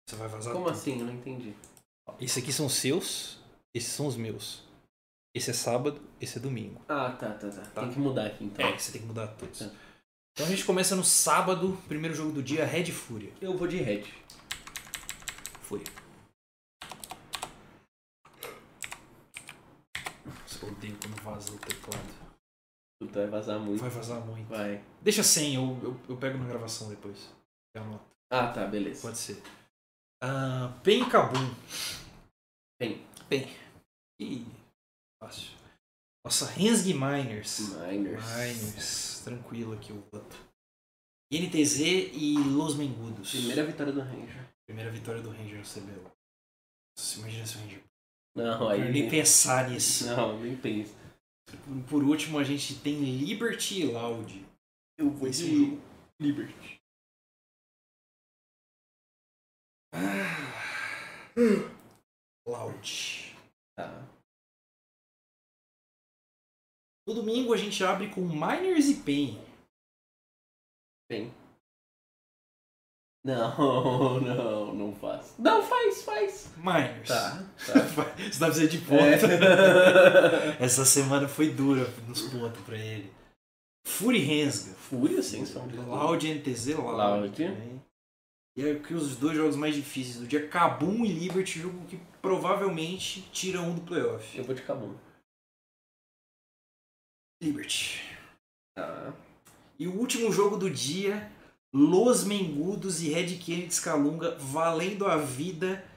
[SPEAKER 1] Você vai vazar
[SPEAKER 2] Como
[SPEAKER 1] tudo.
[SPEAKER 2] assim? Eu não entendi.
[SPEAKER 1] Esses assim? aqui são seus, esses são os meus. Esse é sábado, esse é domingo.
[SPEAKER 2] Ah, tá, tá, tá.
[SPEAKER 1] Tá.
[SPEAKER 2] Tem que mudar aqui então.
[SPEAKER 1] É, você tem que mudar todos.
[SPEAKER 2] Tá.
[SPEAKER 1] Então a gente começa no sábado, primeiro jogo do dia, Red Fúria.
[SPEAKER 2] Eu vou de red.
[SPEAKER 1] Fúria. Nossa, eu odeio quando vaza o teclado.
[SPEAKER 2] Tu vai vazar muito.
[SPEAKER 1] Vai vazar muito.
[SPEAKER 2] Vai.
[SPEAKER 1] Deixa sem, eu, eu, eu pego na gravação depois. Eu anoto.
[SPEAKER 2] Ah, tá, beleza.
[SPEAKER 1] Pode ser. Ah, Pen Cabum.
[SPEAKER 2] Pen.
[SPEAKER 1] Pen. Ih, fácil. Nossa, Hensg Miners.
[SPEAKER 2] Miners.
[SPEAKER 1] Miners. Tranquilo aqui o voto. NTZ e Los Mengudos.
[SPEAKER 2] Primeira vitória do Ranger.
[SPEAKER 1] Primeira vitória do Ranger no CBL. Nossa, imagina se o Ranger.
[SPEAKER 2] Não, aí. né?
[SPEAKER 1] Eu nem pensar nisso.
[SPEAKER 2] Não, nem pensa.
[SPEAKER 1] Por último, a gente tem Liberty e Loud.
[SPEAKER 2] Eu vou
[SPEAKER 1] Esse é um jogo.
[SPEAKER 2] Liberty. Ah.
[SPEAKER 1] Loud.
[SPEAKER 2] Tá.
[SPEAKER 1] No domingo a gente abre com Miners e Pen.
[SPEAKER 2] Pen. Não, não, não faz. Não, faz, faz.
[SPEAKER 1] Miners.
[SPEAKER 2] Tá,
[SPEAKER 1] Você tá precisando de ponto.
[SPEAKER 2] tá.
[SPEAKER 1] É. Essa semana foi dura nos pontos pra ele. Fury Rensga.
[SPEAKER 2] Fúria sem som de
[SPEAKER 1] Loud NTZ Loud.
[SPEAKER 2] Loud.
[SPEAKER 1] também. E é que os dois jogos mais difíceis do dia, Kabum e Liberty, jogo que provavelmente tira um do playoff.
[SPEAKER 2] Eu vou de Kabum.
[SPEAKER 1] Liberty.
[SPEAKER 2] Tá.
[SPEAKER 1] E o último jogo do dia, Los Mengudos e Red Kennedy Scalunga valendo a vida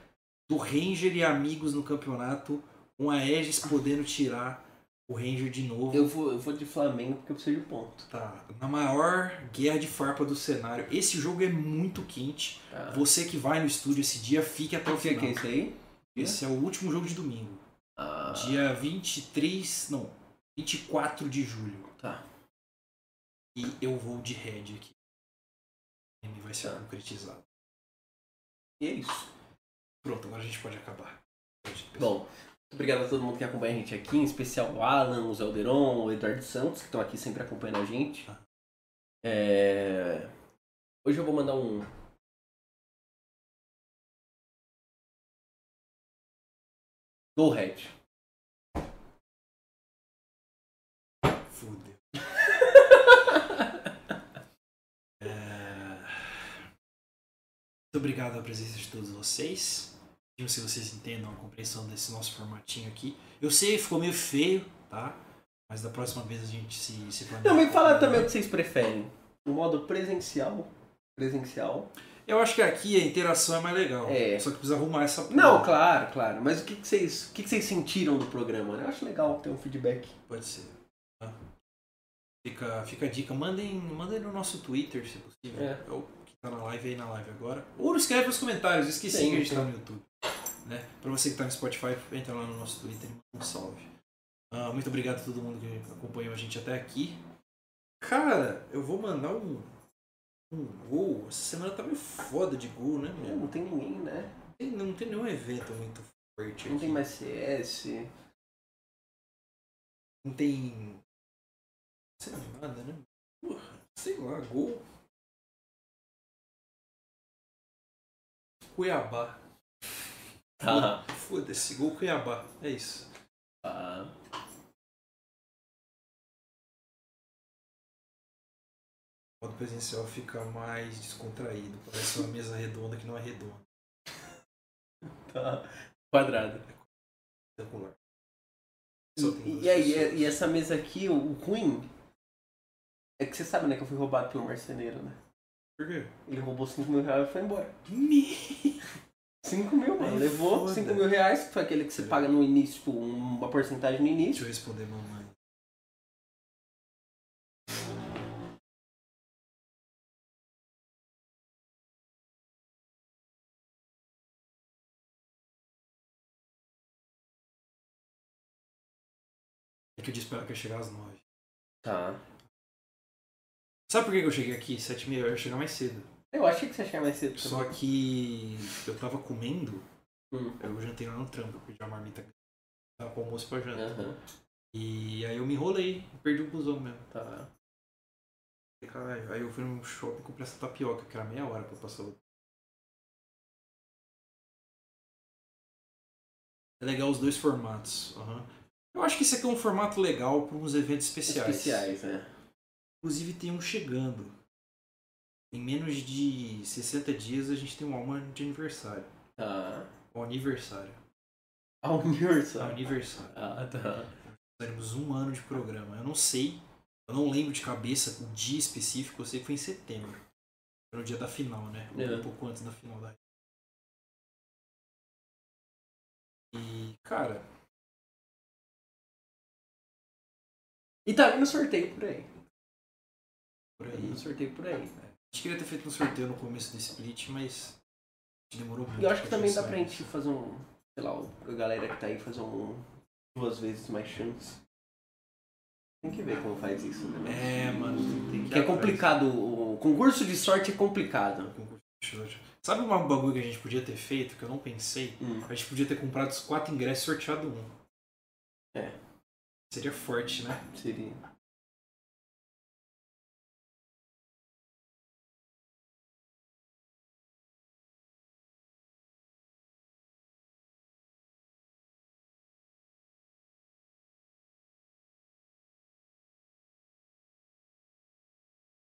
[SPEAKER 1] do Ranger e amigos no campeonato, com a Aegis podendo tirar o Ranger de novo.
[SPEAKER 2] Eu vou, eu vou de Flamengo porque eu preciso de ponto.
[SPEAKER 1] Tá, na maior guerra de farpa do cenário. Esse jogo é muito quente.
[SPEAKER 2] Tá.
[SPEAKER 1] Você que vai no estúdio esse dia, fique até o
[SPEAKER 2] que,
[SPEAKER 1] final.
[SPEAKER 2] que é isso aí?
[SPEAKER 1] Esse é o último jogo de domingo.
[SPEAKER 2] Ah,
[SPEAKER 1] Dia 23. Não, 24 de julho.
[SPEAKER 2] Tá.
[SPEAKER 1] E eu vou de head aqui. Ele vai ser
[SPEAKER 2] Tá.
[SPEAKER 1] concretizado.
[SPEAKER 2] e é isso.
[SPEAKER 1] Pronto, agora a gente pode acabar. Pode, pessoal.
[SPEAKER 2] Bom, muito obrigado a todo mundo que acompanha a gente aqui, em especial o Alan, o Zelderon, o Eduardo Santos, que estão aqui sempre acompanhando a gente.
[SPEAKER 1] Tá.
[SPEAKER 2] É, Hoje eu vou mandar um Go Red.
[SPEAKER 1] Fudeu. É, Muito obrigado a presença de todos vocês. Digo se vocês entendam a compreensão desse nosso formatinho aqui. Eu sei, ficou meio feio, tá? Mas da próxima vez a gente se, se planeja.
[SPEAKER 2] Também falar também o que vocês preferem. No modo presencial. Presencial.
[SPEAKER 1] Eu acho que aqui a interação é mais legal.
[SPEAKER 2] É.
[SPEAKER 1] Só que precisa arrumar essa. porra.
[SPEAKER 2] Não, claro, claro. Mas o que, que vocês. O que, que vocês sentiram do programa? né? Eu acho legal ter um feedback.
[SPEAKER 1] Pode ser. tá? Fica, fica a dica. Mandem, mandem no nosso Twitter, se possível.
[SPEAKER 2] É.
[SPEAKER 1] Ou que tá na live aí na live agora. Ou escreve nos comentários. Esqueci
[SPEAKER 2] Sim,
[SPEAKER 1] que a gente
[SPEAKER 2] sim.
[SPEAKER 1] tá no YouTube. Né? Pra você que tá no Spotify, entra lá no nosso Twitter e manda um salve. Ah, muito obrigado a todo mundo que acompanhou a gente até aqui. Cara, eu vou mandar um, um gol. Essa semana tá meio foda de gol, né,
[SPEAKER 2] É,
[SPEAKER 1] meu?
[SPEAKER 2] não tem ninguém, né?
[SPEAKER 1] Tem- Não tem nenhum evento muito forte
[SPEAKER 2] Não
[SPEAKER 1] aqui.
[SPEAKER 2] tem mais CS.
[SPEAKER 1] não tem. Sei lá, nada, né? Porra, sei lá, gol. Cuiabá.
[SPEAKER 2] Tá.
[SPEAKER 1] Foda-se, gol Cuiabá. É isso.
[SPEAKER 2] tá.
[SPEAKER 1] O modo presencial fica mais descontraído. Parece uma mesa redonda que não é redonda.
[SPEAKER 2] Tá. Quadrado.
[SPEAKER 1] Retangular. Só tem
[SPEAKER 2] E,
[SPEAKER 1] duas
[SPEAKER 2] e aí,
[SPEAKER 1] pessoas.
[SPEAKER 2] e, e essa mesa aqui, o, o ruim. É que você sabe, né? Que eu fui roubado pelo marceneiro, né?
[SPEAKER 1] Por quê?
[SPEAKER 2] Ele roubou 5 mil reais e foi embora.
[SPEAKER 1] Me...
[SPEAKER 2] 5 mil, mano.
[SPEAKER 1] Aí
[SPEAKER 2] Levou
[SPEAKER 1] foda. É.
[SPEAKER 2] 5 mil reais, que foi aquele que você paga no início, tipo, uma porcentagem no
[SPEAKER 1] Deixa
[SPEAKER 2] início.
[SPEAKER 1] eu responder, mamãe. É que eu disse pra ela que ia chegar às 9.
[SPEAKER 2] Tá.
[SPEAKER 1] Sabe por que que eu cheguei aqui? 7 h Eu ia chegar mais cedo.
[SPEAKER 2] Eu achei que você ia chegar mais cedo.
[SPEAKER 1] Só que eu tava comendo,
[SPEAKER 2] Hum.
[SPEAKER 1] eu jantei lá no trampo, eu pedi a marmita tava pro almoço e pra janta.
[SPEAKER 2] Aham,
[SPEAKER 1] E aí eu me enrolei, perdi o busão mesmo.
[SPEAKER 2] tá.
[SPEAKER 1] Falei, Caralho, aí eu fui no shopping comprar essa tapioca, que era meia hora pra passar o. É legal os dois formatos. aham. Eu acho que esse aqui é um formato legal para uns eventos especiais.
[SPEAKER 2] Especiais, né?
[SPEAKER 1] Inclusive tem um chegando. Em menos de 60 dias a gente tem um alma de aniversário.
[SPEAKER 2] Tá.
[SPEAKER 1] Ou aniversário. tá?
[SPEAKER 2] Ao universo.
[SPEAKER 1] Aniversário.
[SPEAKER 2] Ah, tá.
[SPEAKER 1] Teremos um ano de programa. Eu não sei, eu não lembro de cabeça o dia específico, eu sei que foi em setembro. Era o dia da final, né? Ou
[SPEAKER 2] É.
[SPEAKER 1] Um pouco antes da final da. E, cara,
[SPEAKER 2] E tá vindo sorteio por aí.
[SPEAKER 1] por
[SPEAKER 2] Tá
[SPEAKER 1] aí.
[SPEAKER 2] vindo
[SPEAKER 1] A
[SPEAKER 2] sorteio por aí.
[SPEAKER 1] gente queria ter feito um sorteio no começo do split, mas demorou muito.
[SPEAKER 2] E eu acho que
[SPEAKER 1] pra
[SPEAKER 2] também dá
[SPEAKER 1] pensar
[SPEAKER 2] pra
[SPEAKER 1] nisso.
[SPEAKER 2] gente fazer um. Sei lá, a galera que tá aí fazer um. Duas vezes mais chance. Tem que ver como faz isso, né? mano?
[SPEAKER 1] É, mano, tem que.
[SPEAKER 2] Que é complicado. O concurso de sorte é complicado.
[SPEAKER 1] Sabe uma um bagulho que a gente podia ter feito que eu não pensei?
[SPEAKER 2] Hum.
[SPEAKER 1] A gente podia ter comprado os quatro ingressos e sorteado um.
[SPEAKER 2] É.
[SPEAKER 1] Seria forte, né?
[SPEAKER 2] Seria.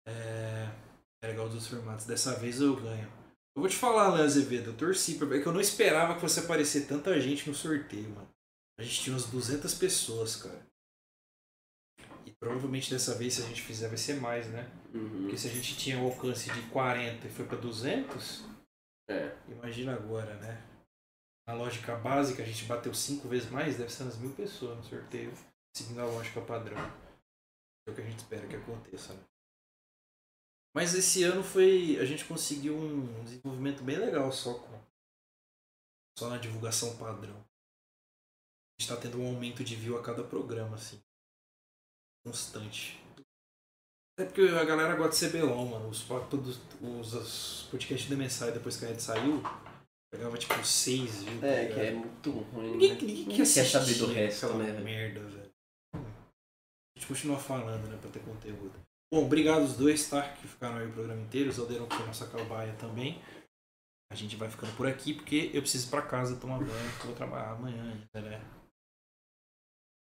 [SPEAKER 1] É, é legal dos formatos. Dessa vez eu ganho. Eu vou te falar, Léo Azevedo, eu torci pra... É que eu não esperava que fosse aparecer tanta gente no sorteio, mano. A gente tinha umas 200 pessoas, cara. E provavelmente dessa vez, se a gente fizer, vai ser mais, né?
[SPEAKER 2] Uhum.
[SPEAKER 1] Porque se a gente tinha um alcance de 40 e foi pra 200,
[SPEAKER 2] É.
[SPEAKER 1] imagina agora, né? Na lógica básica, a gente bateu 5 vezes mais, deve ser umas mil pessoas no sorteio, seguindo a lógica padrão. É o que a gente espera que aconteça, né? Mas esse ano foi. A gente conseguiu um desenvolvimento bem legal só com. Só na divulgação padrão. A gente tá tendo um aumento de view a cada programa, assim. Constante. É porque a galera gosta de CBLOL, mano. Os, po- todos, os, os podcasts do MSI depois que a Ed saiu, pegava tipo 6 views.
[SPEAKER 2] É, que é muito ruim.
[SPEAKER 1] Ninguém,
[SPEAKER 2] né?
[SPEAKER 1] ninguém
[SPEAKER 2] Ninguém
[SPEAKER 1] quer
[SPEAKER 2] quer saber do
[SPEAKER 1] assistir
[SPEAKER 2] resto,
[SPEAKER 1] aquela
[SPEAKER 2] né, velho?
[SPEAKER 1] Merda, velho. A gente continua falando, né, pra ter conteúdo. Bom, obrigado os dois, tá? Que ficaram aí o programa inteiro. Os Aldeirão que foi nossa calbaia também. A gente vai ficando por aqui porque eu preciso ir pra casa tomar banho, que eu vou trabalhar amanhã ainda, né?